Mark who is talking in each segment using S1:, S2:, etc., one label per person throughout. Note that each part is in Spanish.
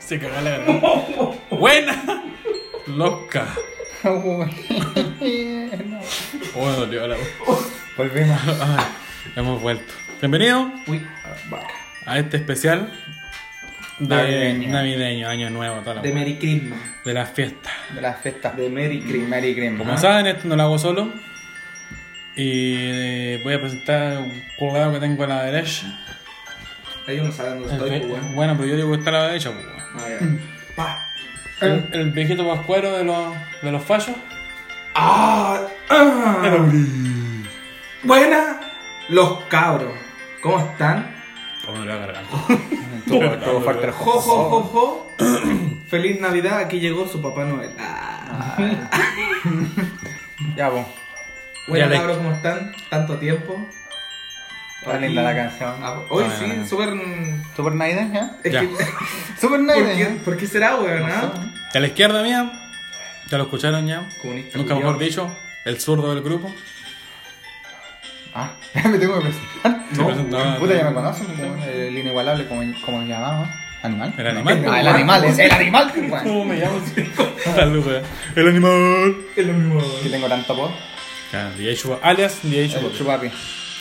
S1: Se cagó la garganta. Buena. Loca.
S2: Bueno.
S1: Oh, me dolió la voz.
S2: Volvemos.
S1: Ah, hemos vuelto. Bienvenido
S2: Uy, vaca.
S1: a este especial de navideño,
S2: Navideño.
S1: año nuevo, toda la
S3: De
S1: wea.
S3: Merry Christmas.
S1: de las fiestas.
S2: De las fiestas. Mm,
S3: De Merry Christmas.
S2: Merry Christmas.
S1: Como saben, esto no lo hago solo. Y eh, voy a presentar un colgado que tengo a la derecha.
S3: Ellos no saben dónde estoy, pues, weón.
S1: Bueno, pero yo digo que está a la derecha, pues, weón.
S3: Ah, ya. Pa.
S1: El, el viejito pascuero de los, de los fallos.
S3: Ah, ah. Buena, los cabros. ¿Cómo están?
S1: Como Oh, la garganta.
S2: Todo, todo fuerte el
S3: Jo, jo,
S1: Oh.
S3: jo,
S2: jojo.
S3: jo. Feliz Navidad, aquí llegó su Papá Noel. Ah.
S2: Ya, vos.
S3: Buena,
S1: Ya le-
S3: cabros, ¿cómo están? Tanto tiempo.
S2: Está
S3: Aquí-
S2: linda la canción.
S3: Ah, Hoy
S1: Está bien,
S3: sí,
S1: bien.
S3: súper.
S2: Super navideña.
S3: Es
S1: Ya.
S3: que-
S2: Super
S3: ¿Por qué,
S2: navideña.
S3: por qué será, weón? ah?
S1: De la izquierda mía, ya lo escucharon ya.
S3: Comunista
S1: Nunca
S3: culiao.
S1: mejor dicho, el zurdo del grupo.
S2: Ah, me tengo que presentar.
S1: Se presentaba-
S2: Puta, ya me conocen. como El inigualable, como, como me llamaba. Animal.
S1: El animal.
S2: Ah, el animal. Es el animal, pues, weón.
S1: ¿Cómo me llamo? Salud, weón. eh. El animal.
S3: Es lo mismo.
S2: Que tengo tanto por.
S1: Claro, DJ Chupa- alias DJ
S2: El
S1: Chupapi.
S2: chupapi.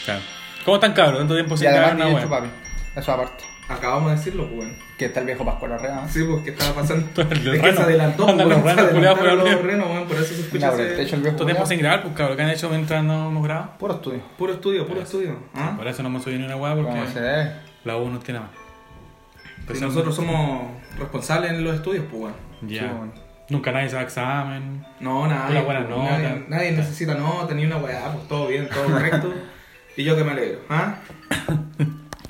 S1: Claro. ¿Cómo están, cabros? Tanto tiempo
S2: Y
S1: sin grabar
S2: además
S1: una
S2: tiene
S1: weón.
S2: chupapi. Eso aparte.
S3: Acabamos de decirlo, pues, weón.
S2: Que está el viejo Pascual Arrea. ¿no?
S3: Sí, pues, ¿qué estaba pasando?
S1: Todo el
S3: Es que
S1: reno.
S3: se adelantó,
S1: Anda
S3: weón.
S1: los
S3: Se
S1: renos, culiao,
S3: adelantaron
S1: culiao.
S3: los renos, weón. Por eso se escucha
S2: Ya, por el
S3: ese-
S2: techo el viejo
S1: Tanto tiempo
S2: culiao.
S1: sin grabar, pues cabrón, ¿qué han hecho mientras no hemos grabado?
S2: Puro estudio.
S3: Puro estudio, puro estudio. ¿ah?
S1: Por eso no hemos subido ni una weá,
S2: Como se
S1: porque
S2: ve.
S1: la U no tiene más. Pues,
S3: Pues Si nosotros somos responsables en los estudios, pues, weón.
S2: Sí,
S1: Ya.
S2: weón.
S1: Nunca nadie sabe examen.
S3: No, nada.
S1: Una buena
S3: pues,
S1: nota.
S3: Nadie, nadie necesita nota ni una weá, pues todo bien, todo correcto. y yo que me alegro, ¿ah?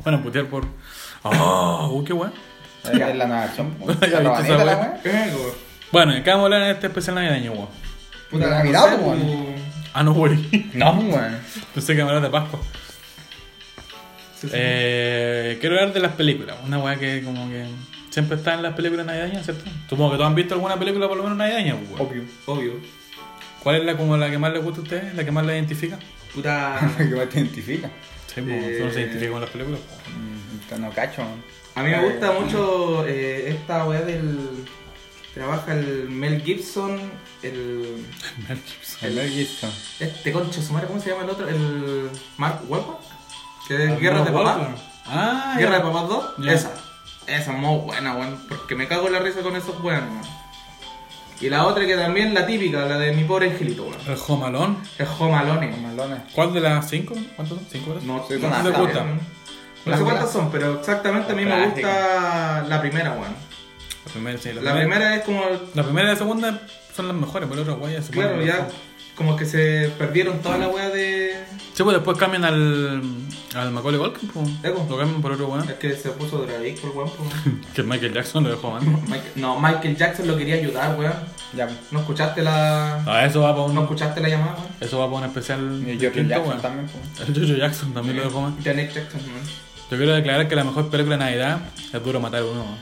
S1: Bueno, putear por. ¡Oh! uh, ¡Qué weón!
S2: Es la navegación. pues, po.
S1: Ya
S2: La
S1: viste
S2: robaneta,
S1: esa
S2: la
S1: wea.
S2: wea.
S3: ¿Qué hago?
S1: Bueno, ¿qué vamos a hablar en este especial navideño, weón?
S2: De
S3: no
S2: Navidad,
S3: sé,
S2: pues, weón.
S3: pues,
S1: Ah, no, weón.
S2: No, weón.
S1: Pensé que me hablar de Pascua.
S3: sí, sí.
S1: Eh, quiero hablar de las películas. Una weá que como que siempre está en las películas navideñas, ¿cierto? Supongo que todos han visto alguna película por lo menos navideña, pues, weón.
S2: Obvio.
S3: Obvio.
S1: ¿Cuál es la como la que más les gusta a ustedes? ¿La que más les identifica?
S3: Puta.
S2: que más te identifica.
S1: Sí, pues,
S3: Eh.
S1: uno se identifica con las películas. pues.
S2: Mm, esto No cacho. weón.
S3: A mí me gusta mucho eh, esta weá del. Trabaja el Mel Gibson, el.
S1: Mel Gibson.
S2: El Mel Gibson.
S3: Este concho, su madre, ¿cómo se llama el otro? El. Mark Wahlberg. Que es
S1: Ah,
S3: Guerra eh, de
S1: Mark
S3: Papá.
S1: Wahlberg. Ah, ya.
S3: Guerra de Papás 2,
S1: Ya.
S3: esa. Esa es muy buena, weón. Porque me cago en la risa con esos weones, weón. Y la otra que también, la típica, la de mi pobre angelito, weón.
S1: El Jomalón.
S3: Es Jomalone.
S2: Los malones.
S1: ¿Cuál de las cinco? ¿Cuántos son? ¿Cinco horas?
S3: No,
S2: Sí,
S3: no
S1: la
S2: con
S3: sé cuál
S1: puta.
S3: es, weón. No sé cuántas son, pero exactamente a mí me gusta la primera, weón.
S1: La primera, sí, la,
S3: La primera es como,
S1: La primera y la segunda son las mejores, pero otras weas.
S3: claro, ya como que se perdieron toda
S1: ¿Ah?
S3: la weá de...
S1: Sí, pues después cambian al. al Macaulay Culkin, pues.
S3: Ya, pues.
S1: Lo cambian por otro weón.
S3: Es que se puso drogadicto el weón, po.
S1: Que Michael Jackson lo dejó mal.
S3: Michael- No, Michael Jackson lo quería ayudar, weón.
S2: Ya. pues.
S3: No escuchaste la...
S1: Ah, eso va para un.
S3: No pues. escuchaste la llamada, weón.
S1: Eso va para un especial.
S2: Y
S1: distinto,
S2: George Jackson
S1: weón.
S2: también. pues. po.
S1: El Jojo Jackson también lo dejó mal.
S3: Janet Jackson, weón.
S1: Yo quiero declarar que la mejor película de Navidad es duro matar a uno. weón.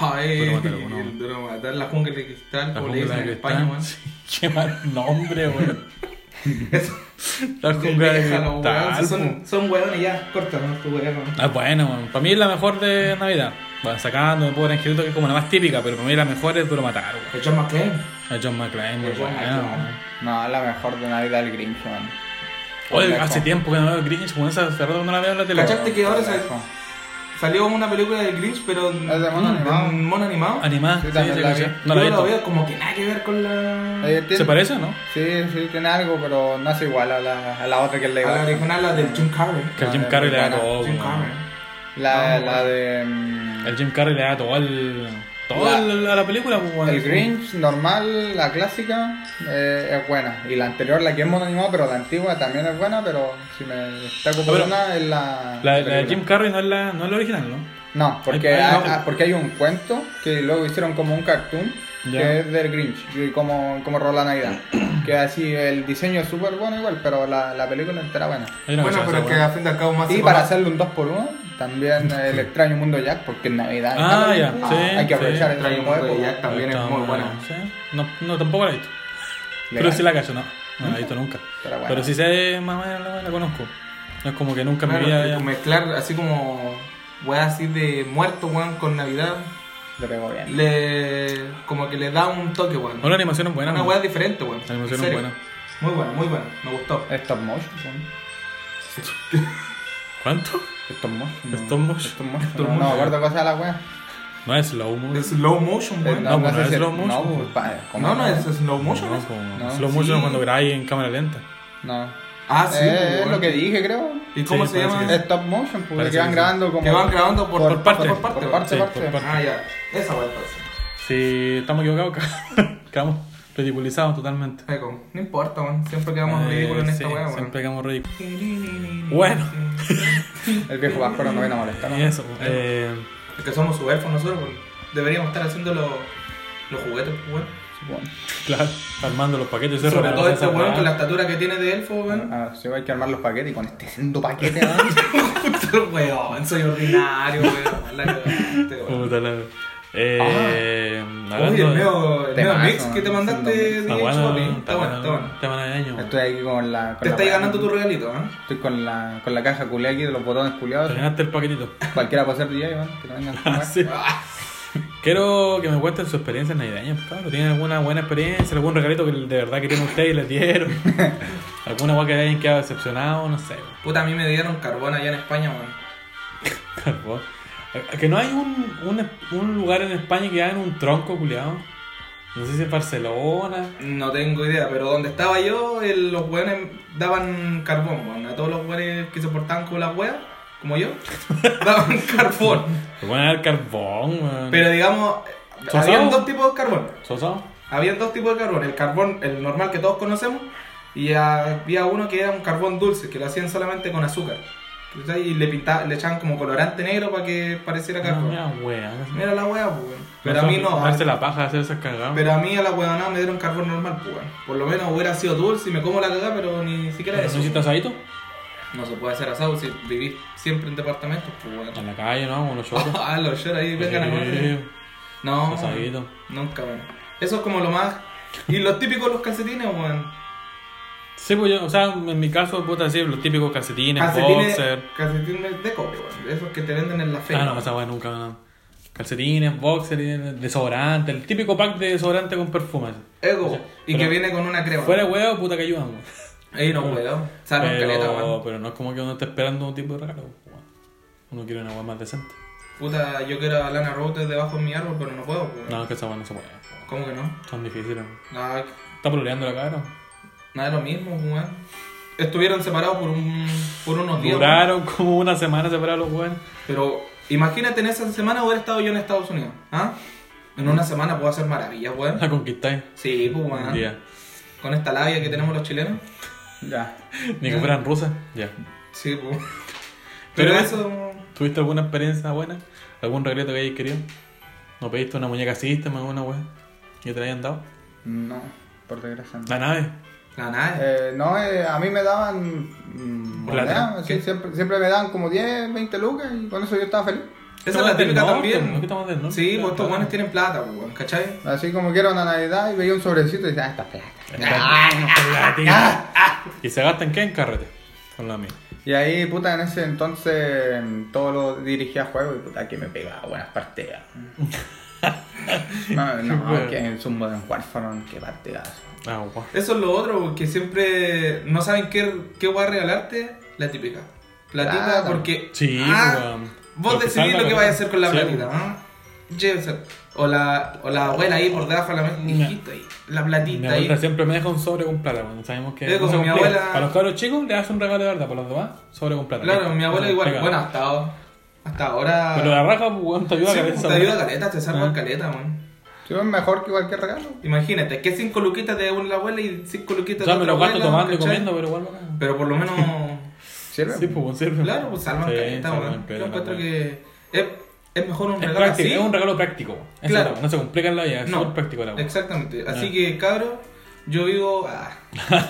S3: Ay,
S1: Duro matar uno.
S3: el duro matar la jungla de cristal,
S1: La
S3: como le
S1: jungla
S3: dicen en
S1: de cristal.
S3: España, weón.
S1: Sí, Qué mal nombre, weón.
S3: Eso,
S1: La jungla de
S3: déjalo, weón, si
S1: cristal.
S3: Son, son weones ya, cortanos tu weón.
S1: Ah, bueno, weón. Para mí es la mejor de Navidad. Bueno, sacando de pobre angelito, que es como la más típica, pero para mí la mejor es duro matar, weón.
S3: El John McClane.
S1: Es John McClane,
S3: Es
S1: weón.
S3: John
S1: bueno,
S3: McClane.
S1: weón.
S2: No, la mejor de Navidad del Grinch, weón.
S1: Oye,
S2: Lejos.
S1: hace tiempo que no veo Grinch, weón. Hace hace rato que no la veo en la tele.
S3: ¿Cachaste que ahora
S2: Lejos.
S3: sal- salió una película del Grinch, pero.
S2: Es de mono animado.
S3: un mono animado.
S1: Animada.
S2: Sí,
S1: Sí,
S2: también
S1: sí,
S2: la
S1: sí.
S2: vi.
S1: Ah, No
S3: Yo
S1: la he
S3: lo
S1: visto.
S3: veo como que nada que ver con la.
S2: Eh,
S1: ¿Se
S2: tiene-
S1: parece o no?
S2: Sí, sí, tiene algo, pero no es igual a la, a la otra que es la
S3: a la
S2: igual.
S3: original, la del Jim Carrey.
S1: Que el
S2: Ah,
S1: Jim
S2: de
S1: Carrey le da
S2: Montana.
S1: todo,
S3: Jim
S1: weón.
S3: Carrey.
S2: La,
S3: No,
S2: la de. mm,
S1: El Jim Carrey le da todo al. Todo
S2: La-
S1: al- a la película, pues, weón.
S2: El Grinch normal, la clásica, eh, es buena. Y la anterior, la que hemos animado, pero la antigua también es buena, pero si me está
S1: Ah, Pero-
S2: ocupando una es la...
S1: La, la de
S2: película.
S1: Jim Carrey no es la, no es la original, ¿no?
S2: No, porque
S1: Hay- hay
S2: hay,
S1: otro.
S2: ah, porque hay un cuento que luego hicieron como un cartoon,
S1: Ya.
S2: que es del Grinch, y como, como rola Navidad. que así, el diseño es súper bueno igual, pero la, la película entera buena.
S1: Yo no
S3: Bueno,
S1: cacho
S3: pero
S1: esa,
S3: que
S1: weón.
S3: a fin de al cabo más.
S1: pues
S2: Y
S3: se
S2: para
S3: conoce.
S2: hacerle un 2x1, también el extraño mundo de Jack, porque en Navidad
S1: Ah,
S2: en
S1: ya,
S2: Navidad,
S1: sí,
S2: hay que
S1: sí.
S2: aprovechar el
S3: Trae un juego de Jack pues, también
S1: Está
S3: es muy buena.
S1: ¿sí? No, no, tampoco la he visto. Pero
S2: Legal.
S1: sí la cacho, no. No la he visto nunca.
S2: Pero bueno.
S1: Pero sí sé, mamá, la, la conozco. No es como que nunca en mi
S3: Claro,
S1: vida
S3: y
S1: haya-
S3: mezclar así como weas así de muerto, weón, con Navidad,
S2: Le pegó bien.
S3: le, como que le da un toque, weón.
S1: No, la animación es buena.
S3: Una
S1: weón.
S3: wea diferente, weón.
S1: La animación
S3: en
S1: es
S3: serio.
S1: buena.
S3: Muy buena, muy buena, me gustó.
S2: Stop motion, son.
S1: ¿Cuánto?
S2: Stop motion.
S1: Stop motion.
S2: Stop motion.
S3: Stop
S2: no, no,
S3: motion.
S2: acuerdo cosa de la wea. Eh,
S1: No es slow motion.
S3: De slow motion, weón.
S1: No,
S3: No,
S1: pues no es slow
S2: No,
S1: motion.
S2: pues, pa- ¿cómo
S3: no, es slow motion,
S1: No,
S3: eso.
S1: como-
S2: No,
S1: slow motion es
S3: sí.
S1: cuando grabáis en cámara lenta.
S2: No.
S3: Ah, sí,
S2: Eh,
S3: pues,
S2: es
S3: weón.
S2: lo que dije, creo.
S3: ¿Y cómo
S1: Sí,
S3: se llama?
S1: parece
S2: Stop motion, porque
S1: Parece
S2: que van
S1: que sí.
S2: grabando como.
S3: Que van grabando por,
S1: Por parte.
S3: Por parte,
S2: Por
S3: weón.
S2: parte,
S1: Sí,
S2: parte.
S1: por parte.
S3: Ah, ya. Esa wea entonces.
S1: Si estamos equivocados, quedamos ridiculizados totalmente.
S3: Ay, como, No importa, weón. Siempre quedamos ridículos en
S1: Eh,
S3: esta
S1: sí,
S3: wea, weón.
S1: Siempre quedamos ridículos. Bueno.
S3: Bueno.
S2: El viejo Vasco no viene a molestar. ¿no?
S1: Y eso, eh,
S3: Es que somos huérfanos nosotros, weón. Deberíamos estar haciendo lo- los juguetes, pues, weón.
S2: Supongo.
S1: claro, armando los paquetes. eso
S3: Sobre
S1: es
S3: todo
S1: raro,
S3: este
S1: esa
S3: weón
S1: weá.
S3: con la estatura que tiene de elfo, weón.
S2: Ah, sí, hay que armar los paquetes y con este sendo paquete, ¿no?
S3: Puta, weón, soy ordinario, weón. La cagaste, weón.
S1: Puta la- Eh,
S3: Oye,
S1: hablando
S3: Ah. el
S1: de-
S3: medio, el medio
S2: Temazo,
S3: mix que te
S2: man.
S3: mandaste de
S1: Está
S3: hecho,
S1: bueno,
S3: papi.
S1: está
S3: bueno, está
S1: bueno.
S3: bueno.
S1: Está bueno de año. weón.
S2: Estoy aquí con la. Con
S3: Te
S2: la
S3: estás
S2: weá,
S3: ganando
S2: ¿no?
S3: tu regalito, ¿eh?
S2: Estoy con la, con la caja culé aquí de los botones
S1: Te
S2: culiados.
S1: ganaste el paquetito.
S2: Cualquiera puede ser DJ, man. Que no vengan con
S1: Ah, sí. Quiero que me cuenten su experiencia navideña, pues, claro. ¿Tienen alguna buena experiencia? ¿Algún regalito que de verdad que tienen ustedes y les dieron? ¿Alguna weá que hayan quedado decepcionado? No sé. weón.
S3: Puta, a mí me dieron carbón allá en España, weón.
S1: Carbón. Que no hay un, un, un lugar en España que hagan un tronco, culiado. No sé si es Barcelona.
S3: No tengo idea, pero donde estaba yo, el- los weones daban carbón, weón. A todos los weones que se portaban con las weas, como yo, daban carbón.
S1: Te pueden dar carbón, weón.
S3: Pero digamos,
S1: ¿Sosao?
S3: habían dos tipos de carbón.
S1: ¿Soso?
S3: Habían dos tipos de carbón. El carbón, el normal que todos conocemos, y había uno que era un carbón dulce, que lo hacían solamente con azúcar. ¿cachai? Y le pinta- le echaban como colorante negro para que pareciera
S1: Ah,
S3: carbón.
S1: mira, weón.
S3: Mira la wea, pues, weón. Pero a mí no.
S1: Darse la paja, hacer esas cagadas.
S3: Pero a mí a la huevonada me dieron carbón normal, pues, weón. Por lo menos hubiera sido dulce y me como la cagada, pero ni siquiera
S1: ¿No
S3: eso.
S1: hiciste asadito?
S3: No se puede hacer asado si vivís siempre en departamentos, pues, weón.
S1: En la calle, ¿no? Con los chotos.
S3: Ah, los shorts ahí, vengan a comer.
S1: Eh,
S3: No,
S1: Asadito.
S3: nunca, weón. Eso es como lo más. Y los típicos, los calcetines, weón.
S1: Sí, pues yo, o sea, en mi caso, puta, decir los típicos calcetines,
S3: Ah, Calcetines,
S1: boxer.
S3: calcetines de cobre, weón. Esos que te venden en la feria.
S1: Ah, no, esa weá nunca. no. Calcetines, boxer, desodorante, el típico pack de desodorante con perfume.
S3: Ego. Y
S1: Pero-
S3: que viene con una crema.
S1: Fuera de huevo, puta que ayudan, weón.
S3: Ahí no puedo. Salen caleta,
S1: Pero,
S3: weón.
S1: pero no es como que uno esté esperando un tipo de regalo. weón. Uno quiere una weá más decente.
S3: Puta, yo quiero a Lana Rhodes debajo de mi árbol, pero no puedo, pues, weón.
S1: No, es que esa weá no se puede. weón.
S3: ¿Cómo que no?
S1: Son difíciles. weón.
S3: Nada,
S1: Está pololeando la cara.
S3: nada de lo mismo, weón. Estuvieron separados por, un, por unos días. weón.
S1: Duraron como una semana separados los weones.
S3: Pero imagínate en esa semana hubiera estado yo en Estados Unidos. ¿Ah? En una semana puedo hacer maravillas, weón.
S1: La conquistáis.
S3: Sí, pues,
S1: Un
S3: weón.
S1: día.
S3: Con esta labia que tenemos los chilenos.
S2: Ya.
S1: Ni que fueran rusas. Ya.
S3: Sí, pues.
S1: Pero
S3: Pero
S1: es-
S3: eso.
S1: ¿Tuviste alguna experiencia buena? ¿Algún regreto que hayas querido? ¿No pediste una muñeca System o alguna weá? ¿Que te la hayan dado?
S2: No, por desgracia. No,
S1: La nave.
S3: La nada.
S2: eh, no eh, a mí me daban. mm,
S1: Plata.
S2: monedas, así,
S3: ¿Qué?
S2: siempre, siempre me daban como 10, 20 lucas y con eso yo estaba feliz.
S3: Esa es la típica
S1: ¿no?
S3: también.
S1: ¿Qué estamos del norte?
S3: Sí, pues estos
S1: Claro.
S3: weones tienen plata, pues, weón. ¿Cachai?
S2: Así como que era una Navidad y veía un sobrecito y decía, ah, esta plata.
S1: Está- está
S3: Ah.
S1: latín. ¿Y se gastan qué en carrete? Con la mía.
S2: Y ahí, puta, en ese entonces mm, todo lo dirigía a juego y puta, que me pegaba buenas partidas. no, no, que en Zumbo en Warfaron, que partidas.
S1: Ah, guau.
S3: Eso es lo otro, que siempre no saben qué, qué voy a regalarte, la típica. Platita,
S2: Claro.
S3: porque
S1: Sí, pues,
S3: ah,
S1: weón.
S3: vos
S1: Porque
S3: decidís
S1: salga
S3: lo
S1: la
S3: que vais a
S1: plata.
S3: hacer con la
S1: Sí, pues.
S3: platita,
S1: weón.
S3: ¿no? Jefferson. O la, o la abuela ahí por debajo de la mesa, hijito ahí, la
S1: Mi
S3: platita ahí.
S1: abuela siempre me deja un sobre con plata, cuando sabemos que.
S3: Es como
S1: no se
S3: mi
S1: complica.
S3: abuela-
S1: Para los cabros chicos le hace un regalo de verdad, para los demás, sobre con plata.
S3: Claro,
S1: Listo.
S3: mi abuela igual,
S1: Pega.
S3: bueno, hasta, ahora- hasta ahora.
S1: Pero la raja, pues, weón, te ayuda
S3: Sí,
S1: a
S3: pues,
S1: cabeza.
S3: te ayuda caleta, te salva
S1: Ah.
S3: caleta, man.
S2: Sí, es mejor que cualquier regalo.
S3: Imagínate, que cinco luquitas de una abuela y cinco luquitas
S1: O
S3: de
S1: sea,
S3: otra
S1: me lo gasto
S3: abuela,
S1: tomando y
S3: ¿cachai?
S1: comiendo, pero igual bacán.
S3: Pero por lo menos.
S2: ¿Sirve?
S1: Sí, pues sirve.
S3: Claro, pues salvan
S1: Sí,
S3: caleta,
S1: salvan
S3: weón.
S1: caleta,
S3: Yo encuentro
S1: weón.
S3: que es, es mejor un
S1: Es
S3: regalo
S1: práctico,
S3: así.
S1: es un regalo práctico. weón. Esa
S3: Claro.
S1: es la- No se complica en la vida, es
S3: No.
S1: súper práctico la weón.
S3: Exactamente. Así
S1: Ah.
S3: que, cabro, yo digo, ah,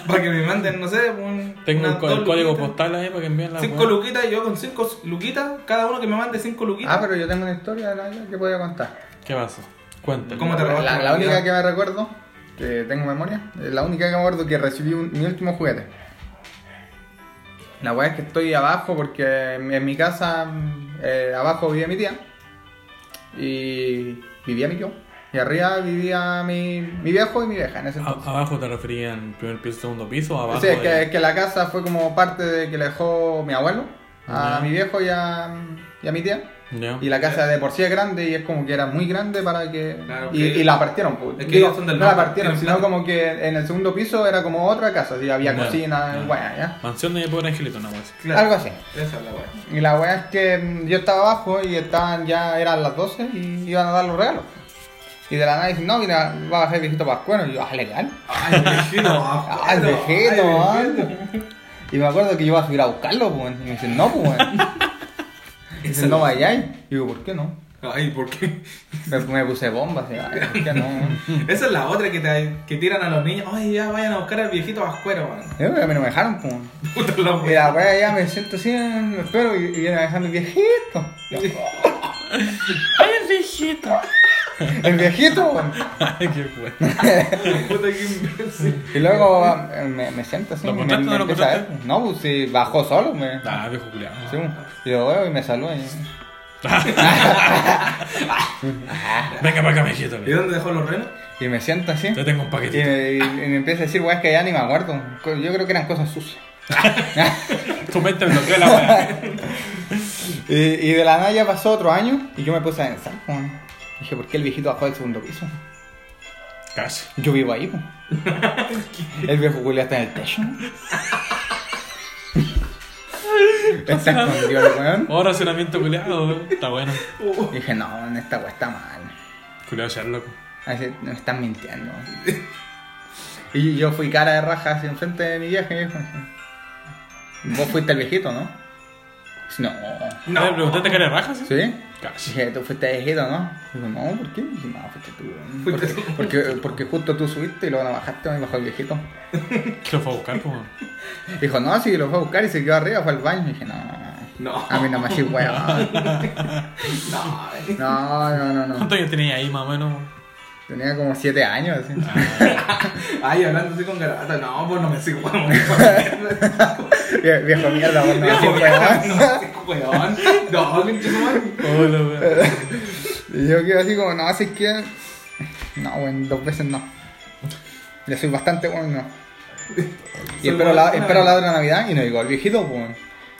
S3: para que me manden, no sé, un.
S1: Tengo
S3: unas
S1: el, co-
S3: dos
S1: el código
S3: luquitas.
S1: postal ahí para que envíen la
S3: Cinco
S1: weón.
S3: luquitas, yo con cinco luquitas, cada uno que me mande cinco luquitas.
S2: Ah, pero yo tengo una historia de Navidad que voy a contar.
S1: ¿Qué pasa? Cuéntame.
S3: ¿Cómo te robaste
S2: La,
S3: la
S2: la única
S3: Navidad?
S2: que me recuerdo, que tengo memoria, eh, la única que me acuerdo que recibí un- mi último juguete. La weá es que estoy abajo porque en mi casa mm, eh, abajo vivía mi tía y vivía mi tío. Y arriba vivía mi, mi viejo y mi vieja en ese
S1: A-
S2: entonces.
S1: abajo te referían primer piso, segundo piso, o Ah, abajo.
S2: sí, es que,
S1: de-
S2: es que la casa fue como parte de que le dejó mi abuelo a
S1: Ya.
S2: mi viejo y a, y a mi tía.
S1: Ya.
S2: Y la casa de por sí es grande y es como que era muy grande para que...
S3: Claro,
S2: y,
S3: que-
S2: y la partieron, pues.
S3: es que
S2: Digo,
S3: ellos son del
S2: no la
S3: norte,
S2: partieron,
S3: tienen
S2: sino
S3: plata.
S2: como que en el segundo piso era como otra casa, así había
S1: Ya,
S2: cocina,
S1: ya.
S2: bueno, ya.
S1: Mansión de pobre angelito, una vez.
S3: Claro.
S2: Algo así.
S3: Esa es la weá.
S2: Y la weá es que mm, yo estaba abajo y estaban ya, eran las 12 y iban a dar los regalos. Y de la nada dicen, no, mira, va a bajar el viejito Pascuero. Y yo, ah, legal.
S3: Ay, ah, vecino,
S2: Ay, viejito, ah. man. Y me acuerdo que yo iba a subir a buscarlo, pues. Y me dicen, no, pues. weón". Y dicen, no vayáis. Y digo, ¿por qué no?
S3: Ay, ¿por qué?
S2: Me, me puse bomba, así, "Ay, ¿por qué no?
S3: Esa es la otra que, te, que tiran a los niños. Ay, ya vayan a buscar al viejito vascuero, man.
S2: Yo, Eh, a mí no me dejaron, pues.
S3: Puta la
S2: Y
S3: weá.
S2: la wea ya me siento así, me espero y, y viene dejando el viejito. Yo,
S1: ¡Ay, el viejito!
S2: El viejito, weón.
S1: Ay, qué bueno.
S3: Puta que imbécil.
S2: Y luego eh, me, me siento así.
S1: ¿Lo
S2: me,
S1: encontraste o no
S2: me
S1: lo
S2: empieza a ver.
S1: encontraste?
S2: No, pues sí, bajó solo. Me,
S1: Ah, viejo culiado.
S2: sí, y lo veo y me saluda. y-
S1: Venga para acá, viejito.
S3: ¿Y dónde dejó los renos?
S2: Y, me siento así.
S1: Yo tengo un
S2: Y
S1: paquetito.
S2: me, y- y me empieza a decir, weón, es que ya ni me acuerdo. Co- Yo creo que eran cosas sucias.
S1: Tu mente bloqueó la weá.
S2: Y, y de la nada ya pasó otro año y yo me puse a pensar, weón. Dije, ¿por qué el viejito bajó del segundo piso?
S1: Casi.
S2: Yo vivo ahí, weón. El viejo Julio está en el techo. está escondido el weón.
S1: Oh, racionamiento culiado, weón. Está bueno.
S3: Oh,
S2: Dije, no, weón, esta weón está mal.
S1: Culiado Sherlock.
S2: Así, me están mintiendo. Y yo fui cara de raja así enfrente de mi vieja y dijo, Vos fuiste el viejito, ¿no? Dice, No.
S1: No. ¿Le preguntaste cara de raja, sí?
S2: ¿Sí?
S1: Casi.
S2: Dije, tú fuiste el viejito, ¿no? Digo, no, ¿por qué? Dije, no, fuiste tú. weón.
S3: Fuiste
S2: Porque,
S3: tú.
S2: porque, porque justo tú subiste y luego no bajaste y bajó el viejito.
S1: ¿Qué lo fue a buscar, po, weón?
S2: Dijo, no, sí, lo fue a buscar y se quedó arriba, fue al baño. Dije, no,
S3: No.
S2: a mí no me hacía weón.
S3: No, eh.
S2: No, no, no, no.
S1: ¿Cuántos años tenía ahí, más o menos?
S2: Tenía como 7 años. así.
S3: Ay, hablando así con garata. No, pues no me sigo, weón.
S2: Vie- Viejo mierda, vos no me hacía weón.
S3: weón. No, pinche weón.
S1: Hola, weón.
S2: Y yo quedo así como, no, así que. No, bueno, dos veces no. Yo soy bastante bueno, no. Y
S3: Soy
S2: espero la,
S3: buena.
S2: espero la otra Navidad y no digo, el viejito, pues.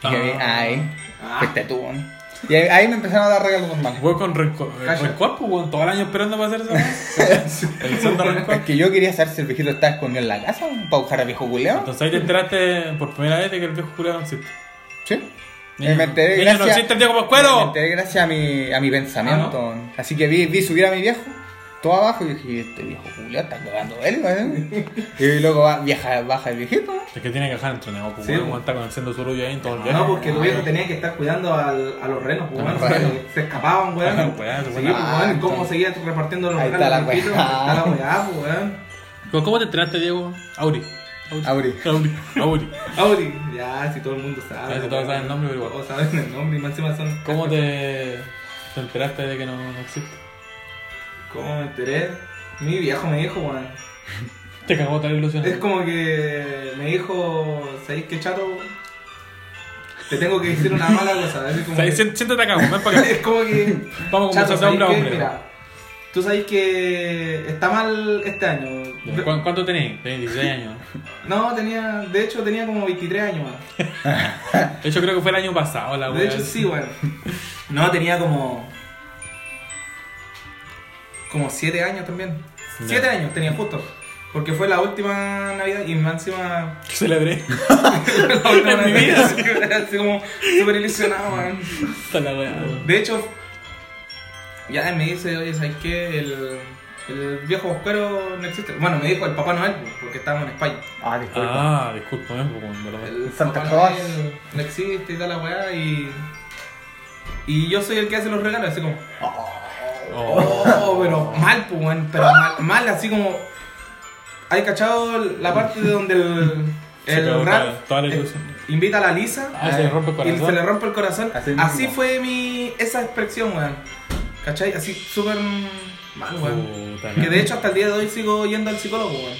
S2: Y yo,
S1: Ah.
S2: ay,
S3: Ah.
S2: fuiste tú, weón. Y ahí, ahí me empezaron a dar regalos normales.
S1: Weón con rencor, eh,
S3: Calla.
S1: rencor, po, weón. Todo el año esperando para hacer eso. El santo rencor.
S2: Es que yo quería saber si el viejito estaba escondido en la casa, weón, para buscar al viejo culeo.
S1: Entonces ahí te enteraste por primera vez de que el viejo culiado no existe.
S2: Sí.
S1: Niño,
S2: Y me enteré
S1: niño,
S2: gracias,
S1: no existe el Diego
S2: Me
S1: Pascuero.
S2: enteré gracias a mi, a mi pensamiento.
S1: Ah,
S2: weón. Así que vi, vi subir a mi viejo, todo abajo, y dije, este viejo culeo está cagando él, weón. Y luego va- viaja, baja el viejito, weón.
S1: Es que tiene que dejar entrenado, pues,
S3: Sí,
S1: weón.
S3: po.
S1: Weón está conociendo su rollo ahí en todo el viaje.
S3: No, porque tu viejo tenía que estar cuidando al, a los renos, pues, weón.
S2: Los renos.
S3: Se, se escapaban, weón.
S1: Ah, weón,
S3: Sí,
S1: weón.
S3: pues, weón,
S2: Ah,
S3: ¿Cómo
S2: entonces-
S3: seguían repartiendo los
S2: Ahí
S3: renos?
S2: está la
S3: Ahí
S2: weá.
S3: Está la weá, pues, weón.
S1: ¿Cómo- ¿Cómo te enteraste, Diego? Auri.
S2: Auri.
S1: Auri. Auri.
S3: Audi, ya, si todo el mundo sabe.
S1: Ya, si todos saben el nombre, pero igual.
S3: Todos saben el nombre y más encima son.
S1: ¿Cómo te, te enteraste de que no, no existe?
S3: ¿Cómo me enteré? Mi viejo me dijo, weón.
S1: Te cagó tal ilusión.
S3: Es como que me dijo, ¿sabéis qué chato? Te tengo que decir una mala cosa. así
S1: O sea,
S3: como que-
S1: ahí sien- siéntate acá, ven para acá.
S3: es como que.
S1: Vamos a
S3: Chato,
S1: conversar de hombre a
S3: ¿sabéis qué?
S1: hombre.
S3: Mira, tú sabéis que está mal este año.
S1: Ya, ¿cu- ¿Cuánto tenías? Tenías 16 años.
S3: No, tenía. De hecho, tenía como 23 años, weón.
S1: De hecho, creo que fue el año pasado la
S3: De
S1: wea.
S3: hecho, sí, weón. No, tenía como. Como 7 años también.
S1: Ya.
S3: 7 años tenía justo. Porque fue la última Navidad y más encima.
S1: Que celebré.
S3: la última
S1: En mi
S3: Navidad,
S1: vida.
S3: así que era Así como súper ilusionado, weón.
S1: Hasta la wea.
S3: De hecho, ya me dice, oye, ¿sabes qué? El, el viejo oscuro no existe. Bueno, me dijo el Papá Noel, porque estábamos en España.
S2: Ah, disculpa.
S1: Ah, discúlpame, pues, weón, de verdad.
S3: El
S2: Santa
S3: Papá
S2: Claus.
S3: Noel no existe y tal la weá y. Y yo soy el que hace los regalos, así como.
S1: Oh.
S3: Oh, pero mal, pues, weón, pero mal, mal, así como. ¿Hay cachado la parte de donde el.
S1: Se
S3: El
S1: cagó
S3: Ralph
S1: toda- toda la
S3: eh,
S1: ilusión.
S3: invita a la Lisa
S1: Ah, se le rompe el
S3: y se le
S1: corazón.
S3: rompe el corazón.
S2: Así
S3: Así,
S2: mismo.
S3: fue mi. esa expresión, weón. ¿Cachai? Así súper mal, weón.
S1: Puta
S3: Que
S1: la-
S3: de hecho hasta el día de hoy sigo yendo al psicólogo, weón.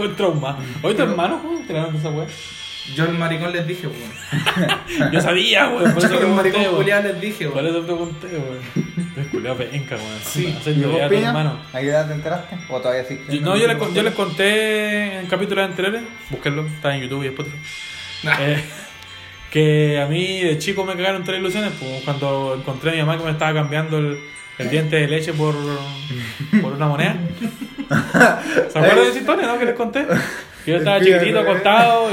S1: Un trauma. Hoy tu hermano, weón, te esa wea.
S3: Yo el maricón les dije, weón.
S1: Yo sabía, weón. Por eso
S3: Yo el maricón
S1: pregunté, weón.
S3: culiado les dije,
S1: Por
S3: weón.
S1: eso pregunté, weón. Es culiado penca, weón.
S3: Sí.
S1: Hacer
S2: ¿Y vos,
S1: llorar a tu
S2: Peña?
S1: hermano.
S2: ¿A qué edad te enteraste? ¿O todavía sí?
S1: Yo- No, yo les, con- yo les conté en capítulos anteriores, búsquenlo, está en YouTube y Spotify.
S3: Nah.
S1: eh, que a mí de chico me cagaron tres ilusiones, pues cuando encontré a mi mamá que me estaba cambiando el, el diente de leche por, por una moneda. ¿Se acuerdan de esa historia, no? Que les conté. Que yo estaba
S2: El pibe,
S1: chiquitito
S2: eh.
S1: acostado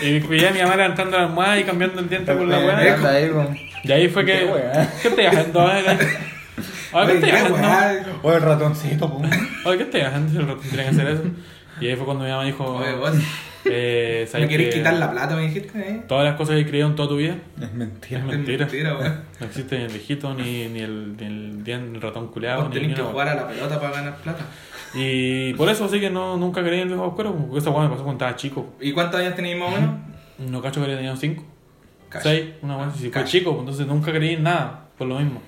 S1: y, y veía a mi mamá levantando la almohada y cambiando el diente por la
S2: Eh,
S1: buena.
S2: ahí, weón.
S1: Y ahí fue
S2: Qué
S1: que.
S2: weá.
S1: ¿Qué estás haciendo? Ay, ¿qué
S3: Oye,
S1: estás
S3: qué
S1: haciendo?
S3: weá.
S2: O el ratoncito, po.
S1: Oye, ¿qué te haces? El ratón tiene que hacer eso. Y ahí fue cuando mi mamá dijo:
S3: Oye, vos,
S1: eh, ¿sabes
S3: ¿me querés
S1: que
S3: quitar la plata, me dijiste? eh?
S1: Todas las cosas que creías en toda tu vida
S2: Es
S1: es
S2: mentira.
S1: mentira.
S3: Mentira, weón.
S1: No existe ni el viejito, ni, ni el, ni el, ni el ratón culeado.
S3: Vos
S1: Ni, ni
S3: tenés que
S1: una-
S3: jugar a la pelota para ganar plata.
S1: y por eso sí que no, nunca creí en el viejo oscuro. Porque esa weá me pasó cuando estaba chico.
S3: ¿Y cuántos años tenéis más o menos?
S1: No cacho que había tenido 5,
S3: Cacho.
S1: 6, una weá. Si fue
S3: Cacho.
S1: chico, entonces nunca creí en nada. Por lo mismo.